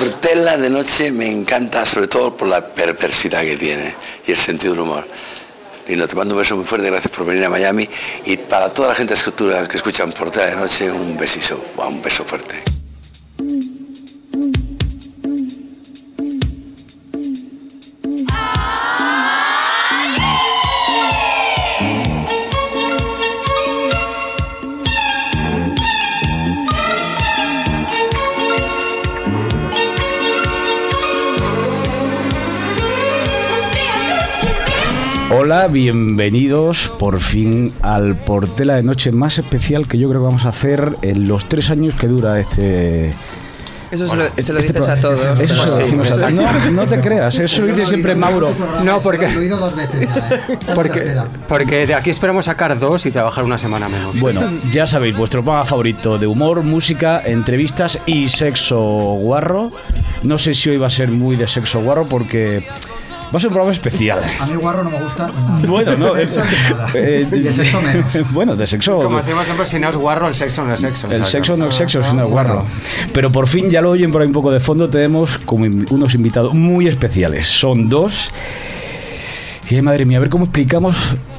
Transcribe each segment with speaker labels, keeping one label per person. Speaker 1: Portela de noche me encanta, sobre todo por la perversidad que tiene y el sentido del humor. Lindo, te mando un beso muy fuerte, gracias por venir a Miami y para toda la gente escultura que escuchan Portela de noche, un besiso, un beso fuerte.
Speaker 2: Hola, bienvenidos por fin al Portela de Noche más especial que yo creo que vamos a hacer en los tres años que dura este...
Speaker 3: Eso
Speaker 2: Bueno,
Speaker 3: se lo, se lo
Speaker 2: este
Speaker 3: dices
Speaker 2: pro-
Speaker 3: a todos.
Speaker 2: Eso se lo
Speaker 3: Sí.
Speaker 2: decimos a- no, no te creas, eso lo dice siempre Mauro.
Speaker 4: No,
Speaker 5: porque-
Speaker 4: Lo he oído dos veces. ya, ¿eh? Esta es la
Speaker 5: Porque,
Speaker 4: tercera.
Speaker 5: porque de aquí esperamos sacar dos y trabajar una semana menos.
Speaker 2: Bueno, ya sabéis, vuestro programa favorito de humor, música, entrevistas y sexo guarro. No sé si hoy va a ser muy de sexo guarro porque va a ser un programa especial.
Speaker 4: A mí Guarro no me gusta. nada.
Speaker 2: Bueno, no,
Speaker 4: De sexo ni nada.
Speaker 2: eh,
Speaker 4: Y el sexo menos.
Speaker 2: Bueno, de sexo.
Speaker 5: Como decimos siempre, si no es guarro, el sexo no es sexo.
Speaker 2: El
Speaker 5: O sea,
Speaker 2: sexo no es sexo, sino
Speaker 4: Guarro.
Speaker 2: guarro. Pero por fin ya lo oyen por ahí un poco de fondo. Tenemos como inv- unos invitados muy especiales. Son dos. Y ay, madre mía, a ver cómo explicamos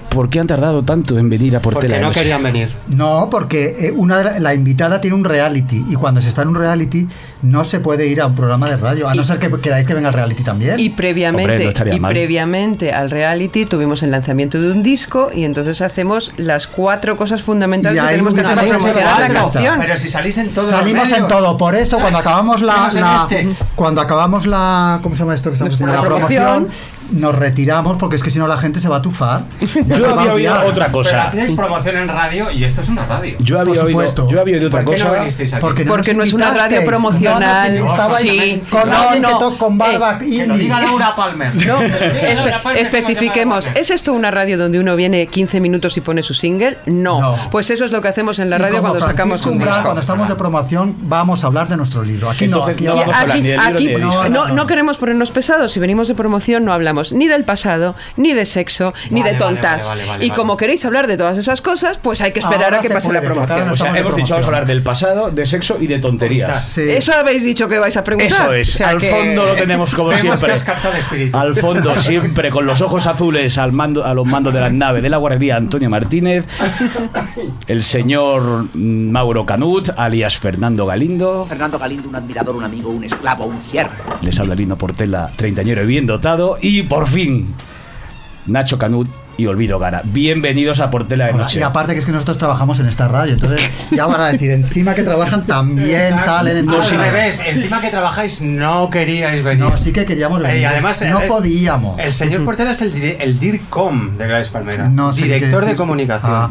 Speaker 2: por qué han tardado tanto en venir a Portela.
Speaker 5: Porque
Speaker 2: de
Speaker 5: no
Speaker 2: Noche.
Speaker 5: querían venir.
Speaker 4: No, porque eh, una de la, la invitada tiene un reality y cuando se está en un reality no se puede ir a un programa de radio, a no ser que queráis que venga el reality también.
Speaker 3: Y previamente,
Speaker 2: Hombre, no estaría
Speaker 3: y
Speaker 2: mal.
Speaker 3: previamente al reality tuvimos el lanzamiento de un disco y entonces hacemos las cuatro cosas
Speaker 4: Y
Speaker 3: fundamentales que
Speaker 4: ahí
Speaker 3: tenemos que
Speaker 4: muchas
Speaker 3: hacer para
Speaker 4: cosas
Speaker 3: promocionar la
Speaker 4: fundamentales.
Speaker 3: canción.
Speaker 5: Pero si salís en todos los
Speaker 4: Salimos en
Speaker 5: medios.
Speaker 4: todo, por eso cuando acabamos la,
Speaker 5: Menos en
Speaker 4: la-
Speaker 5: este.
Speaker 4: cuando acabamos la ¿cómo se llama esto que estamos haciendo?
Speaker 3: La
Speaker 4: La
Speaker 3: promoción.
Speaker 4: promoción, nos retiramos porque es que si no la gente se va a tufar. Ya te
Speaker 2: Yo
Speaker 4: va a
Speaker 2: había oído
Speaker 4: odiar.
Speaker 2: otra
Speaker 5: Pero
Speaker 2: cosa.
Speaker 5: hacíais promoción en radio y esto es una radio.
Speaker 2: Yo
Speaker 4: Por
Speaker 2: había oído,
Speaker 4: supuesto.
Speaker 2: yo había oído otra
Speaker 5: ¿Por qué no
Speaker 2: cosa.
Speaker 5: vinisteis aquí?
Speaker 4: Porque,
Speaker 3: Porque no es una
Speaker 4: invitasteis.
Speaker 3: radio promocional.
Speaker 4: No, no, estaba
Speaker 3: Sí.
Speaker 4: ahí con
Speaker 3: No,
Speaker 4: alguien
Speaker 3: no.
Speaker 4: que to- con barba y
Speaker 5: Que lo diga Laura Palmer.
Speaker 3: No,
Speaker 5: Que lo diga
Speaker 3: espe-
Speaker 5: Laura Palmer,
Speaker 3: especifiquemos,
Speaker 5: se llama Laura Palmer.
Speaker 3: ¿es esto una radio donde uno viene 15 minutos y pone su single? No.
Speaker 4: No.
Speaker 3: Pues eso es lo que hacemos en la
Speaker 4: Y
Speaker 3: radio
Speaker 4: como
Speaker 3: cuando sacamos
Speaker 4: Francisco
Speaker 3: un
Speaker 4: Umbral,
Speaker 3: disco.
Speaker 4: Cuando estamos de promoción, vamos a hablar de nuestro libro. Aquí
Speaker 2: Entonces,
Speaker 4: no, aquí
Speaker 2: no
Speaker 4: hablamos-
Speaker 2: vamos a hablar ni del
Speaker 3: Aquí,
Speaker 2: libro
Speaker 3: aquí
Speaker 2: ni del disco.
Speaker 3: no,
Speaker 4: No, no,
Speaker 3: no
Speaker 4: no.
Speaker 3: queremos ponernos pesados. Si venimos de promoción, no hablamos ni del pasado, ni de sexo, ni
Speaker 5: Vale,
Speaker 3: de
Speaker 5: vale,
Speaker 3: tontas.
Speaker 5: vale, vale,
Speaker 3: y
Speaker 5: vale.
Speaker 3: como queréis hablar de todas esas cosas, pues hay que esperar
Speaker 4: Ahora
Speaker 3: a que
Speaker 4: se
Speaker 3: pase
Speaker 4: puede,
Speaker 3: la promoción.
Speaker 4: claro,
Speaker 2: O sea,
Speaker 4: Estamos de
Speaker 2: hemos dicho
Speaker 4: promoción.
Speaker 2: vamos a hablar del pasado, de sexo y de tonterías.
Speaker 5: Tontas.
Speaker 4: Sí.
Speaker 3: Eso habéis dicho que vais a preguntar.
Speaker 2: Eso es.
Speaker 3: O sea
Speaker 2: al
Speaker 3: que-
Speaker 2: fondo lo tenemos como
Speaker 5: Vemos que
Speaker 2: siempre.
Speaker 5: has captado el espíritu.
Speaker 2: Al fondo siempre con los ojos azules al mando, a los mandos de las naves de la guardería Antonio Martínez, el señor mm, Mauro Canut, alias Fernando Galindo,
Speaker 6: Fernando Galindo, un admirador, un amigo, un esclavo, un siervo.
Speaker 2: les habla Lino Portela, treintañero y bien dotado, y por fin Nacho Canut y Olvido Gara. Bienvenidos a Portela de
Speaker 4: Hola,
Speaker 2: Noche.
Speaker 4: Y aparte que es que nosotros trabajamos en esta radio, entonces ya van a decir, encima que trabajan también
Speaker 5: Exacto.
Speaker 4: salen en
Speaker 5: Al revés, encima que trabajáis no queríais venir.
Speaker 4: No, sí que queríamos
Speaker 5: Eh,
Speaker 4: venir.
Speaker 5: Y además,
Speaker 4: no
Speaker 5: eh,
Speaker 4: podíamos.
Speaker 5: El señor Portela es el, dir- el DIRCOM de Gladys Palmera.
Speaker 4: No sé qué
Speaker 5: director
Speaker 4: decir.
Speaker 5: de comunicación.
Speaker 4: Ah,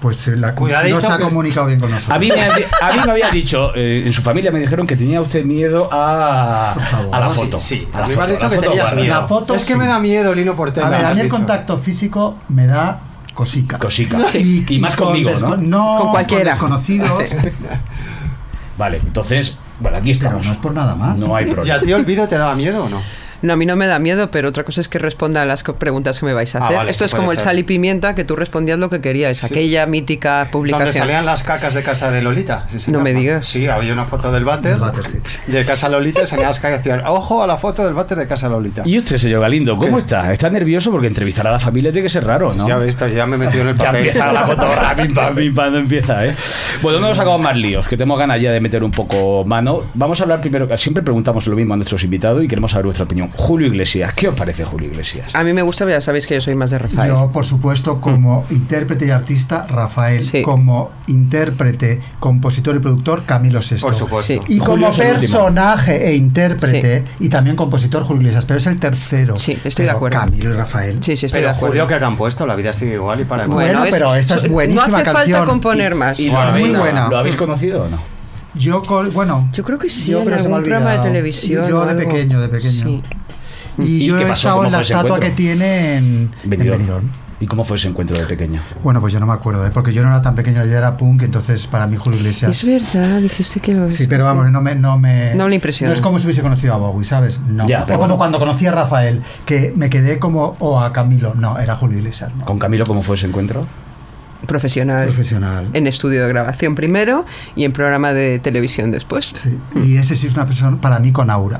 Speaker 4: pues eh, la,
Speaker 5: Cuidadito
Speaker 4: no se ha
Speaker 5: que-
Speaker 4: comunicado bien con nosotros.
Speaker 2: A mí, me, ha- a mí me había dicho, eh, en su familia me dijeron que tenía usted miedo a,
Speaker 4: Por favor.
Speaker 2: a la
Speaker 5: Ah, Sí,
Speaker 2: foto.
Speaker 5: Sí,
Speaker 2: a la
Speaker 5: A mí me
Speaker 2: foto,
Speaker 5: has
Speaker 2: a
Speaker 5: dicho
Speaker 2: la
Speaker 5: que
Speaker 2: foto
Speaker 5: tenías
Speaker 2: guarro.
Speaker 5: miedo.
Speaker 4: La foto,
Speaker 5: es que
Speaker 4: sí.
Speaker 5: me da miedo, Lino Portela.
Speaker 4: A ver,
Speaker 5: me
Speaker 4: a
Speaker 5: has
Speaker 4: mí el
Speaker 5: dicho.
Speaker 4: contacto físico me da cosica.
Speaker 2: Cosica.
Speaker 4: Y,
Speaker 2: Y más conmigo, ¿no?
Speaker 4: desco- No,
Speaker 3: Con cualquiera.
Speaker 4: desconocido,
Speaker 2: Vale, entonces, bueno, aquí
Speaker 4: pero
Speaker 2: estamos.
Speaker 4: no es por nada más.
Speaker 2: No hay
Speaker 5: ¿Y a
Speaker 2: problema.
Speaker 5: ti olvido te daba miedo o no?
Speaker 3: No, a mí no me da miedo, pero otra cosa es que responda a las co- preguntas que me vais a
Speaker 5: Ah,
Speaker 3: hacer.
Speaker 5: vale,
Speaker 3: Esto es
Speaker 5: puede
Speaker 3: como el
Speaker 5: ser.
Speaker 3: sal y pimienta, que tú respondías lo que querías.
Speaker 5: Sí.
Speaker 3: Aquella mítica
Speaker 5: Donde
Speaker 3: publicación.
Speaker 5: salían las cacas de casa de Lolita. sí, se
Speaker 3: No me
Speaker 5: llama.
Speaker 3: digas.
Speaker 5: Sí, había una foto del váter.
Speaker 4: Del váter, sí.
Speaker 5: De casa Lolita y salían las cacas. y decían, Ojo a la foto del váter de casa Lolita.
Speaker 2: Y usted, señor Galindo, ¿cómo
Speaker 5: ¿Qué?
Speaker 2: está? ¿Está nervioso? Porque entrevistar a la familia tiene que ser raro, ¿no?
Speaker 5: Ya ves, ya me he metido en el
Speaker 2: Ya
Speaker 5: papel.
Speaker 2: empieza la cotorra, pim pam, pim pam, no empieza, ¿eh? Bueno, no nos hagamos más líos, que tenemos ganas ya de meter un poco mano. Vamos a hablar primero, siempre preguntamos lo mismo a nuestros invitados y queremos saber vuestra opinión. Julio Iglesias, ¿qué os parece Julio Iglesias?
Speaker 3: A mí me gusta, pero ya sabéis que yo soy más de Rafael.
Speaker 4: Yo, por supuesto, como intérprete y artista, Rafael.
Speaker 3: Sí.
Speaker 4: Como intérprete, compositor y productor, Camilo Sesto.
Speaker 5: Por supuesto.
Speaker 3: Sí.
Speaker 4: Y
Speaker 2: Julio
Speaker 4: como
Speaker 2: es el último.
Speaker 4: personaje e intérprete, y también compositor, Julio Iglesias, pero es el tercero.
Speaker 3: Sí, estoy de
Speaker 4: Pero
Speaker 3: acuerdo.
Speaker 4: Camilo y Rafael.
Speaker 3: Sí, sí, estoy
Speaker 5: Pero
Speaker 3: de acuerdo.
Speaker 5: Julio, que han puesto? La vida sigue igual y para de
Speaker 4: Bueno, pero esa es buenísima
Speaker 3: No hace
Speaker 4: canción.
Speaker 3: falta componer
Speaker 4: Y-
Speaker 3: más.
Speaker 2: Y lo,
Speaker 5: Muy
Speaker 2: habéis,
Speaker 4: buena.
Speaker 2: ¿Lo habéis conocido o no?
Speaker 4: Yo, col- bueno.
Speaker 3: Yo creo que sí,
Speaker 4: yo,
Speaker 3: en
Speaker 4: pero se me ha
Speaker 3: algún programa de
Speaker 4: olvidado.
Speaker 3: televisión o
Speaker 4: Yo de
Speaker 3: algo.
Speaker 4: pequeño, de pequeño.
Speaker 3: Sí.
Speaker 4: Y,
Speaker 2: ¿Y
Speaker 4: yo
Speaker 2: qué
Speaker 4: he
Speaker 2: pasó?
Speaker 4: estado
Speaker 2: ¿Cómo
Speaker 4: en la
Speaker 2: fue ese
Speaker 4: estatua
Speaker 2: encuentro?
Speaker 4: que tiene en en
Speaker 2: Benidorm.
Speaker 4: Benidorm.
Speaker 2: ¿Y cómo fue ese encuentro de pequeño?
Speaker 4: Bueno, pues yo no me acuerdo, ¿eh? porque yo no era tan pequeño, yo era punk, entonces para mí Julio Iglesias.
Speaker 3: Es verdad, dijiste que lo
Speaker 4: Sí, pero vamos, no me. No me
Speaker 3: No le impresiona.
Speaker 4: No es como si hubiese conocido a Bowie, ¿sabes? No.
Speaker 2: Ya,
Speaker 4: o
Speaker 2: pero
Speaker 4: como
Speaker 2: bueno.
Speaker 4: cuando conocí a Rafael, que me quedé como. O a Camilo. "Oh, No, era Julio Iglesias. ¿no?
Speaker 2: ¿Con Camilo cómo fue ese encuentro?
Speaker 3: profesional.
Speaker 4: Profesional.
Speaker 3: En estudio de grabación primero y en programa de televisión después.
Speaker 4: Sí. Y ese sí es una persona para mí con aura,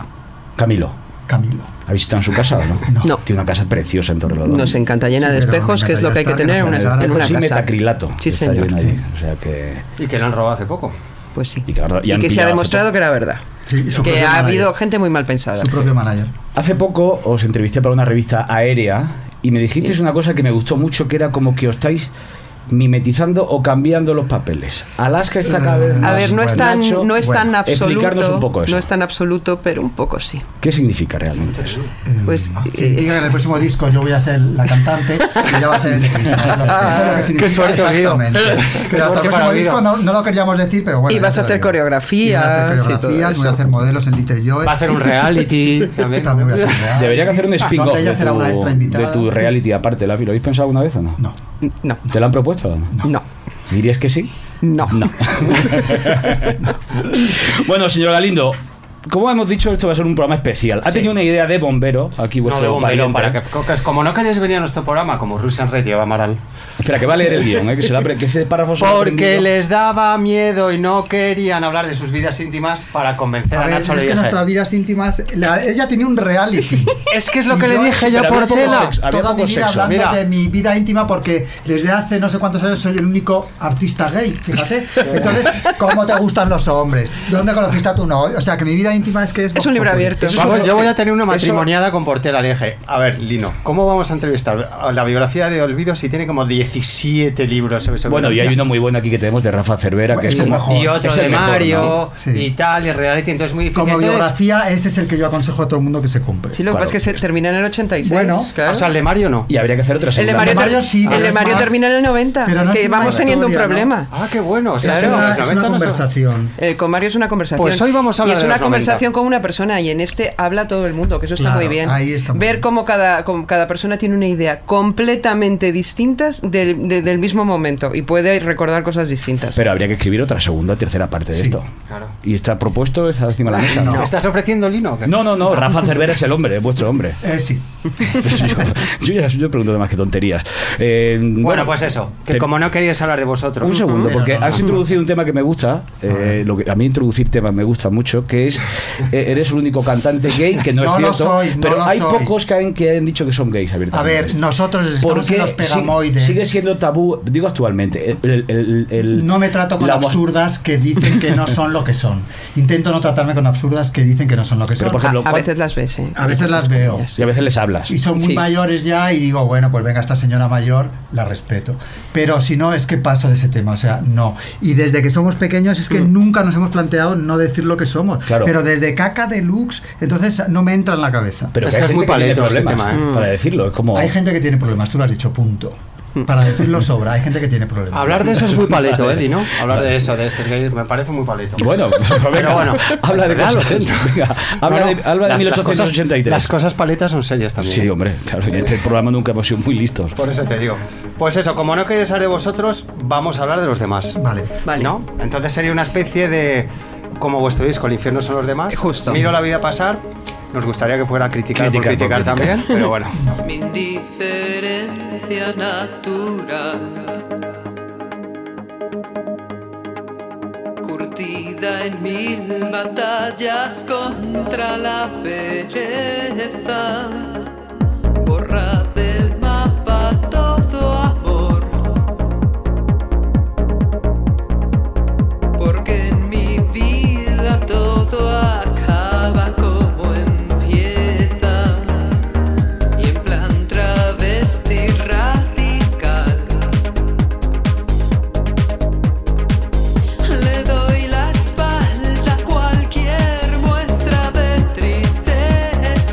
Speaker 2: Camilo,
Speaker 4: Camilo.
Speaker 2: ¿ha visitado en su casa o no?
Speaker 4: No.
Speaker 3: No.
Speaker 2: Tiene una casa preciosa en Torrelodones.
Speaker 3: Nos encanta llena
Speaker 4: Sí,
Speaker 3: de
Speaker 4: pero
Speaker 3: espejos,
Speaker 4: me
Speaker 3: que es lo que hay que tener
Speaker 4: encantaría
Speaker 3: en una,
Speaker 4: estar
Speaker 3: en
Speaker 4: en
Speaker 3: una
Speaker 2: Sí,
Speaker 3: casa.
Speaker 2: metacrilato.
Speaker 3: Sí,
Speaker 2: que está
Speaker 3: señor.
Speaker 2: lleno allí. O sea que...
Speaker 5: Y que le han robado hace poco.
Speaker 3: Pues sí.
Speaker 2: Y que la verdad- y
Speaker 3: Y
Speaker 2: han
Speaker 3: que se ha
Speaker 2: pillado
Speaker 3: demostrado
Speaker 2: foto.
Speaker 3: que era verdad.
Speaker 4: Sí, y su
Speaker 3: que
Speaker 4: propio
Speaker 3: ha
Speaker 4: manager.
Speaker 3: habido gente muy mal pensada.
Speaker 4: Su propio manager.
Speaker 2: Hace poco os entrevisté para una revista aérea y me dijisteis una cosa que me gustó mucho, que era como que os estáis mimetizando o cambiando los papeles. Alaska está cada vez más...
Speaker 3: A ver, no es tan,
Speaker 2: Nacho,
Speaker 3: no es tan
Speaker 2: bueno, Explicarnos
Speaker 3: absoluto.
Speaker 2: un poco eso.
Speaker 3: No es tan absoluto, pero un poco sí.
Speaker 2: ¿Qué significa realmente eso?
Speaker 4: Eh,
Speaker 3: Pues,
Speaker 4: sí,
Speaker 3: eh,
Speaker 4: diga que en el próximo disco yo voy a ser la cantante y ella va a ser el
Speaker 3: Ah,
Speaker 4: teclista. Lo que- Eso es lo que significa.
Speaker 5: Qué suerte, Guido.
Speaker 4: Exactamente.
Speaker 5: Qué
Speaker 4: Pero hasta
Speaker 5: suerte
Speaker 4: el
Speaker 5: para
Speaker 4: próximo
Speaker 5: Guido.
Speaker 4: disco no, no lo queríamos decir, pero bueno.
Speaker 3: Y
Speaker 4: ya
Speaker 3: vas
Speaker 4: te
Speaker 3: a
Speaker 4: lo
Speaker 3: hacer
Speaker 4: digo.
Speaker 3: coreografías
Speaker 4: Y voy a hacer
Speaker 3: y todo
Speaker 4: coreografías,
Speaker 3: eso.
Speaker 4: voy a hacer modelos en Little Joy.
Speaker 5: Va a hacer un reality también.
Speaker 4: Pues También voy a hacer real.
Speaker 2: Debería que hacer un spin-off
Speaker 4: Donde Ah, ella será una
Speaker 2: de, tu-
Speaker 4: extra invitada.
Speaker 2: de tu reality aparte, Lafi. ¿Lo habéis pensado alguna vez o no?
Speaker 4: No.
Speaker 3: No,
Speaker 2: ¿Te lo han propuesto o no?
Speaker 3: no,
Speaker 2: ¿Dirías que sí?
Speaker 3: no.
Speaker 2: bueno, señor Galindo, como hemos dicho, esto va a ser un programa especial. ¿Ha
Speaker 7: Sí.
Speaker 2: tenido una idea de bombero aquí
Speaker 7: No
Speaker 2: vuestro
Speaker 7: de bombero,
Speaker 2: pariente?
Speaker 7: para que, co- que es como no queréis venir a nuestro programa, como Russian Red lleva Amaral.
Speaker 2: Espera, que va a leer el guión, ¿eh? que, se la pre- que ese párrafo se lo ha
Speaker 7: Porque
Speaker 2: aprendido.
Speaker 7: les daba miedo y no querían hablar de sus vidas íntimas para convencer a,
Speaker 4: A ver,
Speaker 7: Nacho
Speaker 4: es que
Speaker 7: Leyes.
Speaker 4: nuestras vidas íntimas. la- ella tenía un reality.
Speaker 7: Es que es lo que le
Speaker 4: Yo-
Speaker 7: dije yo
Speaker 2: Pero
Speaker 7: por
Speaker 2: había poco
Speaker 7: tela.
Speaker 2: sexo. Había
Speaker 4: Toda mi
Speaker 2: poco
Speaker 4: vida
Speaker 2: sexo.
Speaker 4: hablando
Speaker 7: Mira.
Speaker 4: de mi vida íntima porque desde hace no sé cuántos años soy el único artista gay, fíjate. Entonces, ¿cómo te gustan los hombres? ¿Dónde conociste a tu novio? O sea, que mi vida íntima es que es...
Speaker 3: Es un libro abierto.
Speaker 4: Eso es
Speaker 7: Vamos,
Speaker 4: lo-
Speaker 7: yo voy a tener una
Speaker 4: eso-
Speaker 7: matrimoniada con Portela. Le dije, a ver, Lino, ¿cómo vamos a entrevistar? La biografía de Olvido si tiene como 17 libros sobre su
Speaker 2: Bueno, y hay
Speaker 7: biografía.
Speaker 2: uno muy bueno aquí que tenemos de Rafa Cervera, que
Speaker 4: Bueno,
Speaker 2: es
Speaker 4: sí,
Speaker 2: como...
Speaker 4: mejor.
Speaker 7: Y otro
Speaker 2: Es el
Speaker 7: de
Speaker 2: mejor,
Speaker 7: Mario
Speaker 2: ¿no?
Speaker 4: Sí.
Speaker 7: y tal, y reality, entonces es muy difícil.
Speaker 4: Como
Speaker 7: Entonces,
Speaker 4: biografía, ese es el que yo aconsejo a todo el mundo que se compre.
Speaker 3: Sí, lo que
Speaker 2: Claro.
Speaker 3: pasa es que se termina en el 86.
Speaker 4: Bueno,
Speaker 3: claro.
Speaker 7: O sea, el de Mario no.
Speaker 2: Y habría que hacer otra
Speaker 3: el de
Speaker 2: segunda.
Speaker 3: Mario,
Speaker 4: El de Mario
Speaker 3: ter-
Speaker 4: sí,
Speaker 3: el
Speaker 4: pero
Speaker 3: de
Speaker 4: es
Speaker 3: Mario
Speaker 4: más-
Speaker 3: termina en el 90.
Speaker 4: pero no es
Speaker 3: que
Speaker 4: una
Speaker 3: vamos teniendo un
Speaker 4: historia, ¿no?
Speaker 3: problema.
Speaker 7: Ah, qué bueno. o
Speaker 4: Es
Speaker 7: sea,
Speaker 3: Claro.
Speaker 7: en
Speaker 4: una,
Speaker 7: los
Speaker 4: es una
Speaker 7: 90 no se-
Speaker 4: conversación.
Speaker 3: Eh, con Mario es una conversación.
Speaker 7: Pues hoy vamos
Speaker 3: Y
Speaker 7: a hablar
Speaker 3: es
Speaker 7: de
Speaker 3: una
Speaker 7: los
Speaker 3: conversación
Speaker 7: 90.
Speaker 3: con una persona y en este habla todo el mundo, que eso está
Speaker 4: Claro,
Speaker 3: muy bien.
Speaker 4: ahí está muy
Speaker 3: Ver
Speaker 4: bien.
Speaker 3: cómo cada, cómo cada persona tiene una idea completamente distintas del, de- del mismo momento y puede recordar cosas distintas.
Speaker 2: Pero habría que escribir otra segunda o tercera parte de
Speaker 4: Sí.
Speaker 2: esto.
Speaker 7: Claro.
Speaker 2: ¿Y está propuesto? ¿Está encima de la mesa?
Speaker 4: No.
Speaker 7: ¿Te estás ofreciendo Lino? o qué?
Speaker 2: No, no, no, Rafa Cervera es el hombre, es vuestro hombre.
Speaker 4: Eh, sí.
Speaker 2: Yo ya yo he preguntado más que tonterías. Eh,
Speaker 7: Bueno, pues eso. Que
Speaker 2: te-
Speaker 7: como no querías hablar de vosotros.
Speaker 2: Un segundo,
Speaker 4: Pero
Speaker 2: porque
Speaker 4: no.
Speaker 2: has introducido un tema que me gusta. eh, lo que, a mí introducir temas me gusta mucho, que es eh, eres el único cantante gay que no, es
Speaker 4: No lo
Speaker 2: cierto.
Speaker 4: soy, no
Speaker 2: pero
Speaker 4: lo
Speaker 2: hay
Speaker 4: soy.
Speaker 2: pocos que han, que han dicho que son gays
Speaker 4: A
Speaker 2: abiertamente.
Speaker 4: ver, nosotros estamos
Speaker 2: porque
Speaker 4: en los
Speaker 2: si-
Speaker 4: pegamoides.
Speaker 2: sigue siendo tabú, digo actualmente. el- el- el- el-
Speaker 4: No me trato con
Speaker 2: la homo-
Speaker 4: absurdas que dicen que no son lo que son. Intento no tratarme con absurdas que dicen que no son lo que
Speaker 2: Pero,
Speaker 4: son.
Speaker 2: por
Speaker 3: a,
Speaker 2: ejemplo,
Speaker 3: a veces las ves, ¿eh?
Speaker 4: A veces las veo.
Speaker 2: Y a veces les hablas.
Speaker 4: Y son muy
Speaker 3: Sí.
Speaker 4: mayores ya y digo, bueno, pues venga, esta señora mayor la respeto. Pero si no, es que paso de ese tema, o sea, no. Y desde que somos pequeños es que nunca nos hemos planteado no decir lo que somos.
Speaker 2: Claro.
Speaker 4: Pero desde caca deluxe, entonces no me entra en la cabeza.
Speaker 2: Pero
Speaker 7: Es
Speaker 2: hay
Speaker 7: que es muy
Speaker 2: gente tiene
Speaker 7: paleto ese
Speaker 2: problemas
Speaker 7: tema,
Speaker 3: ¿eh?
Speaker 2: Para decirlo, es como.
Speaker 4: Hay gente que tiene problemas, tú lo has dicho, punto. Para decirlo sobra, hay gente que tiene problemas.
Speaker 7: Hablar de eso es muy paleto, eh, Lino. Hablar de eso, de estos gays, me parece muy paleto.
Speaker 2: Bueno, pero venga,
Speaker 7: Pero bueno,
Speaker 2: habla de
Speaker 7: es
Speaker 2: cosas.
Speaker 7: verdad, lo siento.
Speaker 2: Venga, habla
Speaker 7: No,
Speaker 2: de,
Speaker 7: no,
Speaker 2: habla de
Speaker 7: las- las cosas-
Speaker 2: 1883.
Speaker 7: Las cosas paletas son serias también. ¿eh?
Speaker 2: Sí, hombre, claro, en este programa nunca hemos sido muy listos.
Speaker 7: Por eso te digo. Pues eso, como no queréis hablar de vosotros, vamos a hablar de los demás.
Speaker 4: Vale.
Speaker 3: Vale.
Speaker 7: ¿No? Entonces sería una especie de. Como vuestro disco, El infierno son los demás.
Speaker 3: Justo.
Speaker 7: Miro la vida pasar. Nos gustaría que fuera criticar,
Speaker 2: Criticar
Speaker 7: por criticar
Speaker 2: por criticar.
Speaker 7: también, pero bueno.
Speaker 8: mi indiferencia natural, curtida en mil batallas contra la pereza, borra del mapa todo amor, porque en mi vida todo acaba como empieza y en plan travesti radical. Le doy la espalda a cualquier muestra de tristeza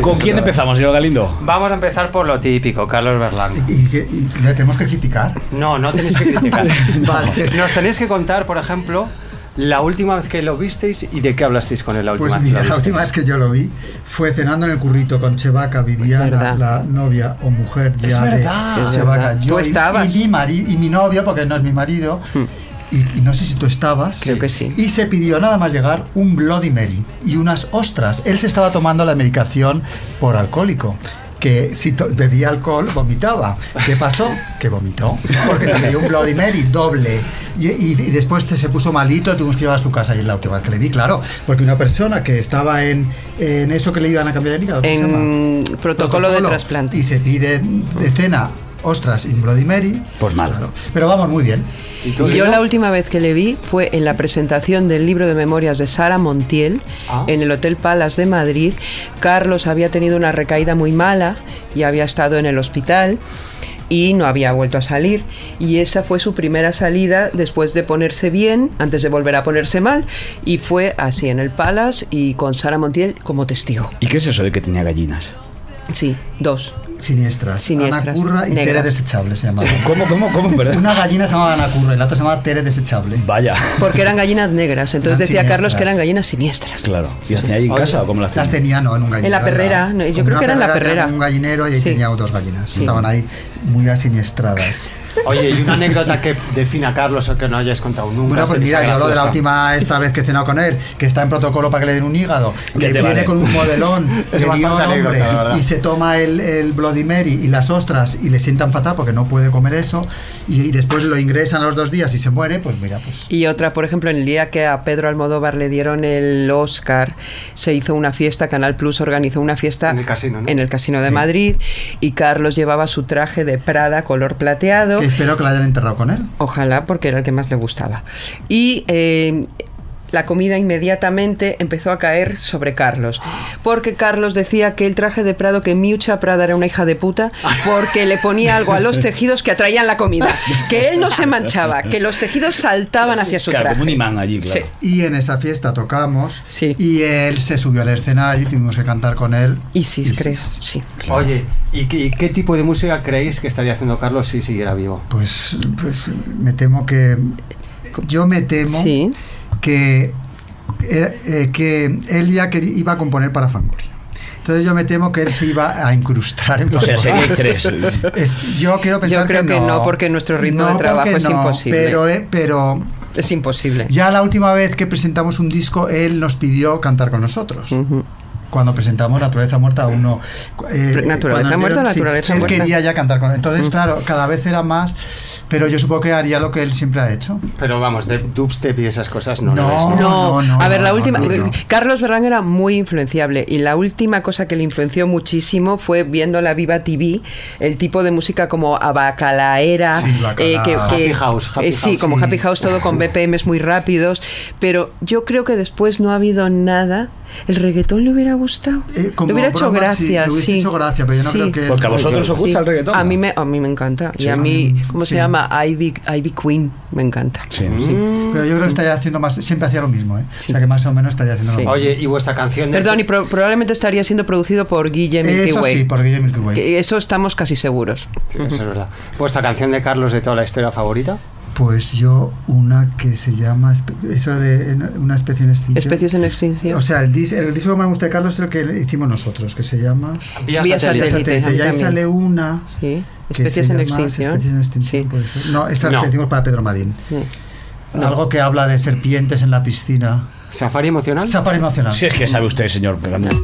Speaker 2: ¿Con quién empezamos, señor Galindo?
Speaker 7: Vamos a empezar por lo típico, Carlos Berlanga.
Speaker 4: Y, que- y le tenemos que criticar.
Speaker 7: No, no tenéis que criticar.
Speaker 4: Vale.
Speaker 7: Nos tenéis que contar, por ejemplo, la última vez que lo visteis y de qué hablasteis con él la última
Speaker 4: Pues
Speaker 7: vez que lo
Speaker 4: mira, la
Speaker 7: visteis.
Speaker 4: última vez que yo lo vi fue cenando en el currito con Chevaca, vivía la,
Speaker 3: verdad.
Speaker 4: la novia o mujer ya de-
Speaker 7: verdad.
Speaker 4: de,
Speaker 3: Es
Speaker 4: Chevaca.
Speaker 3: verdad.
Speaker 4: Yo
Speaker 3: Tú
Speaker 4: y-
Speaker 3: estabas.
Speaker 4: Y, mi mari- y mi novio, porque no es mi marido, y, y no sé si tú estabas.
Speaker 3: Creo que sí.
Speaker 4: Y se pidió nada más llegar un Bloody Mary y unas ostras. Él se estaba tomando la medicación por alcohólico. Que si to- bebía alcohol, vomitaba. ¿Qué pasó? Que vomitó. Porque se le dio un Bloody Mary doble. Y, y- y después te- se puso malito, tuvimos que llevar a su casa. Y es la última vez que le vi, claro. Porque una persona que estaba en, en eso que le iban a cambiar el hígado. ¿cómo se llama?
Speaker 3: En protocolo de trasplante.
Speaker 4: Y se pide de cena ostras y un Bloody Mary.
Speaker 2: Pues mal.
Speaker 4: Pero vamos, muy bien.
Speaker 7: ¿Y tú,
Speaker 3: Yo
Speaker 7: Lino?
Speaker 3: la última vez que le vi fue en la presentación del libro de memorias de Sara Montiel
Speaker 7: Ah.
Speaker 3: en el Hotel Palace de Madrid. Carlos había tenido una recaída muy mala y había estado en el hospital y no había vuelto a salir. Y esa fue su primera salida después de ponerse bien, antes de volver a ponerse mal. Y fue así en el Palace y con Sara Montiel como testigo.
Speaker 2: ¿Y qué es eso de que tenía gallinas?
Speaker 3: Sí, dos.
Speaker 4: Siniestras.
Speaker 3: Siniestras,
Speaker 4: Ana Curra y
Speaker 3: negras.
Speaker 4: Tere Desechable se llamaba.
Speaker 2: ¿Cómo, cómo, cómo? Perdón.
Speaker 4: Una gallina se llamaba Ana Curra y la otra se llamaba Tere Desechable.
Speaker 2: Vaya.
Speaker 3: Porque eran gallinas negras. Entonces
Speaker 4: Eran
Speaker 3: decía Carlos que
Speaker 4: siniestras.
Speaker 3: eran gallinas siniestras.
Speaker 2: Claro. ¿Y las tenía ahí en
Speaker 7: Oye,
Speaker 2: casa o cómo las
Speaker 4: Las
Speaker 2: tenía?
Speaker 4: tenía, no, en un gallinero.
Speaker 3: la perrera, no, yo creo
Speaker 4: como una
Speaker 3: que era en la perrera.
Speaker 4: tenía Un gallinero y ahí
Speaker 3: Sí.
Speaker 4: tenía dos gallinas.
Speaker 3: Sí.
Speaker 4: Estaban ahí muy siniestradas.
Speaker 7: Oye, y una anécdota que defina a Carlos o que no hayáis contado nunca.
Speaker 4: Bueno, pues
Speaker 7: se me
Speaker 4: mira,
Speaker 7: hizo
Speaker 4: yo hablo de la
Speaker 7: graciosa.
Speaker 4: última esta vez que he cenado con él, que está en protocolo para que le den un hígado,
Speaker 2: Ya
Speaker 4: que
Speaker 2: te
Speaker 4: viene
Speaker 2: vale.
Speaker 4: con un modelón,
Speaker 7: Es
Speaker 4: que dio
Speaker 7: bastante anécdota,
Speaker 4: nombre,
Speaker 7: la verdad.
Speaker 4: y se toma el, el Bloody Mary y las ostras y le sientan fatal porque no puede comer eso, y, y después lo ingresan a los dos días y se muere, pues mira, pues...
Speaker 3: Y otra, por ejemplo, en el día que a Pedro Almodóvar le dieron el Oscar, se hizo una fiesta, Canal Plus organizó una fiesta
Speaker 7: En el casino, ¿no?
Speaker 3: en el casino de Madrid y Carlos llevaba su traje de Prada color plateado.
Speaker 4: Que espero que la hayan enterrado con él.
Speaker 3: Ojalá, porque era el que más le gustaba. Y eh, la comida inmediatamente empezó a caer sobre Carlos. Porque Carlos decía que el traje de Prado, que Miucha Prada era una hija de puta, porque le ponía algo a los tejidos que atraían la comida. Que él no se manchaba, que los tejidos saltaban hacia su
Speaker 2: Claro,
Speaker 3: traje.
Speaker 2: como un imán allí, claro.
Speaker 3: Sí.
Speaker 4: Y en esa fiesta tocamos,
Speaker 3: Sí.
Speaker 4: y él se subió al escenario y tuvimos que cantar con él.
Speaker 3: Isis,
Speaker 4: Isis.
Speaker 3: creo. Sí.
Speaker 7: Oye, ¿y qué, y qué tipo de música creéis que estaría haciendo Carlos si siguiera vivo?
Speaker 4: Pues, pues me temo que. Yo me temo
Speaker 3: Sí.
Speaker 4: que, eh, eh, que él ya quería- iba a componer para Fangoria. Entonces yo me temo que él se iba a incrustar en
Speaker 2: O sea, sería
Speaker 4: Fangoria.
Speaker 2: tres.
Speaker 4: Es- Yo quiero pensar
Speaker 3: creo
Speaker 4: que,
Speaker 3: que
Speaker 4: no.
Speaker 3: no, porque nuestro ritmo de
Speaker 4: porque
Speaker 3: trabajo es imposible.
Speaker 4: Pero, eh, pero
Speaker 3: Es imposible.
Speaker 4: ya la última vez que presentamos un disco, él nos pidió cantar con nosotros
Speaker 3: Ujú.
Speaker 4: cuando presentamos Naturaleza Muerta uno. eh,
Speaker 3: Naturaleza
Speaker 4: cuando nos
Speaker 3: Muerta,
Speaker 4: dieron-
Speaker 3: Naturaleza
Speaker 4: él
Speaker 3: Muerta. Mm.
Speaker 4: quería ya cantar con Entonces, claro, cada vez era más, pero yo supongo que haría lo que él siempre ha hecho.
Speaker 7: Pero vamos, de dubstep y esas cosas no.
Speaker 4: No.
Speaker 7: lo es,
Speaker 3: No,
Speaker 4: no, no,
Speaker 3: a ver,
Speaker 4: no,
Speaker 3: la
Speaker 4: no,
Speaker 3: última.
Speaker 4: no, no.
Speaker 3: Carlos Berlán era muy influenciable y la última cosa que le influenció muchísimo fue viendo la Viva TV, el tipo de música como abacalaera,
Speaker 4: Sí, bacalao.
Speaker 7: Happy house, happy
Speaker 3: eh, sí,
Speaker 7: house,
Speaker 3: como
Speaker 4: sí.
Speaker 3: happy house, todo con BPMs muy rápidos. Pero yo creo que después no ha habido nada. ¿El reggaetón le hubiera gustado?
Speaker 4: Eh, como
Speaker 3: le hubiera hecho
Speaker 4: broma, sí,
Speaker 3: gracia,
Speaker 4: le
Speaker 3: sí.
Speaker 4: hubiese hecho gracia, pero yo no
Speaker 3: Sí.
Speaker 4: creo que.
Speaker 2: Porque a vosotros os
Speaker 3: Sí.
Speaker 2: gusta el reggaetón.
Speaker 3: A
Speaker 2: ¿no?
Speaker 3: mí me, a mí me encanta. y
Speaker 4: Sí,
Speaker 3: a
Speaker 4: a
Speaker 3: mí,
Speaker 4: mí-
Speaker 3: ¿cómo
Speaker 4: sí.
Speaker 3: se llama? Ivy, Ivy Queen, me encanta.
Speaker 2: Sí.
Speaker 4: Mm. Pero yo creo que estaría haciendo más. Siempre hacía lo mismo, ¿eh?
Speaker 3: Sí.
Speaker 4: O sea, que más o menos estaría haciendo
Speaker 3: Sí.
Speaker 4: lo
Speaker 7: no.
Speaker 4: mismo.
Speaker 7: Oye, ¿y vuestra canción de...
Speaker 3: Perdón, y pro- probablemente estaría siendo producido por Guille Milky
Speaker 4: Eso
Speaker 3: Way.
Speaker 4: sí, por Guillermo Milky Way.
Speaker 3: Que eso estamos casi seguros.
Speaker 7: Sí, eso es verdad. ¿Vuestra canción de Carlos de toda la historia favorita?
Speaker 4: Pues yo, una que se llama. espe- Eso de en- una especie en extinción.
Speaker 3: Especies en extinción.
Speaker 4: O sea, el, dis- el disco que más me gusta de Carlos es el que hicimos nosotros, que se llama.
Speaker 7: Vía,
Speaker 3: Vía
Speaker 7: satélite.
Speaker 3: satélite. a mí
Speaker 4: Y ahí
Speaker 3: también.
Speaker 4: sale una.
Speaker 3: sí.
Speaker 4: que
Speaker 3: Especies
Speaker 4: se
Speaker 3: en
Speaker 4: llama
Speaker 3: extinción.
Speaker 4: Especies en extinción, pues,
Speaker 3: Sí.
Speaker 4: puede ser. No, esta
Speaker 7: No.
Speaker 4: la hicimos para Pedro Marín.
Speaker 3: Sí.
Speaker 4: Algo que habla de serpientes en la piscina.
Speaker 7: ¿Safari emocional?
Speaker 4: Safari emocional.
Speaker 2: Si es que sabe usted, señor Gandhi.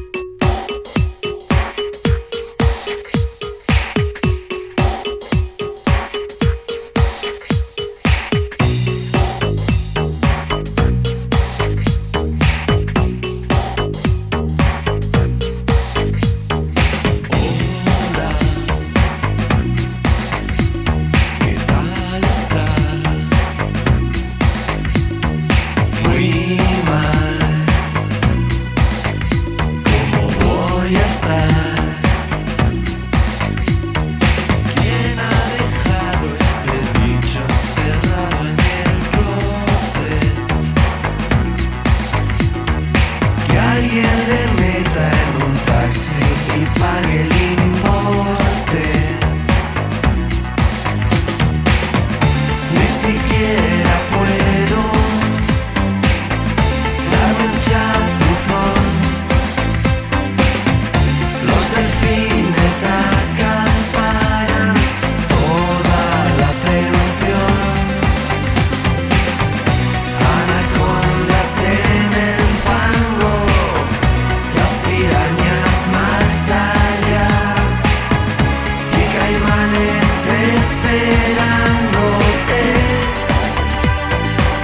Speaker 8: ¿Qué tal estás? Muy mal. ¿Cómo voy a estar? ¿Quién ha dejado este bicho cerrado en el closet? Que alguien le meta en un taxi y pague el importe. Ni siquiera puedo darme un chapuzón. Los delfines acaparan toda la atención. Anacondas en el fango. Las pirañas más allá y caimanes esperándote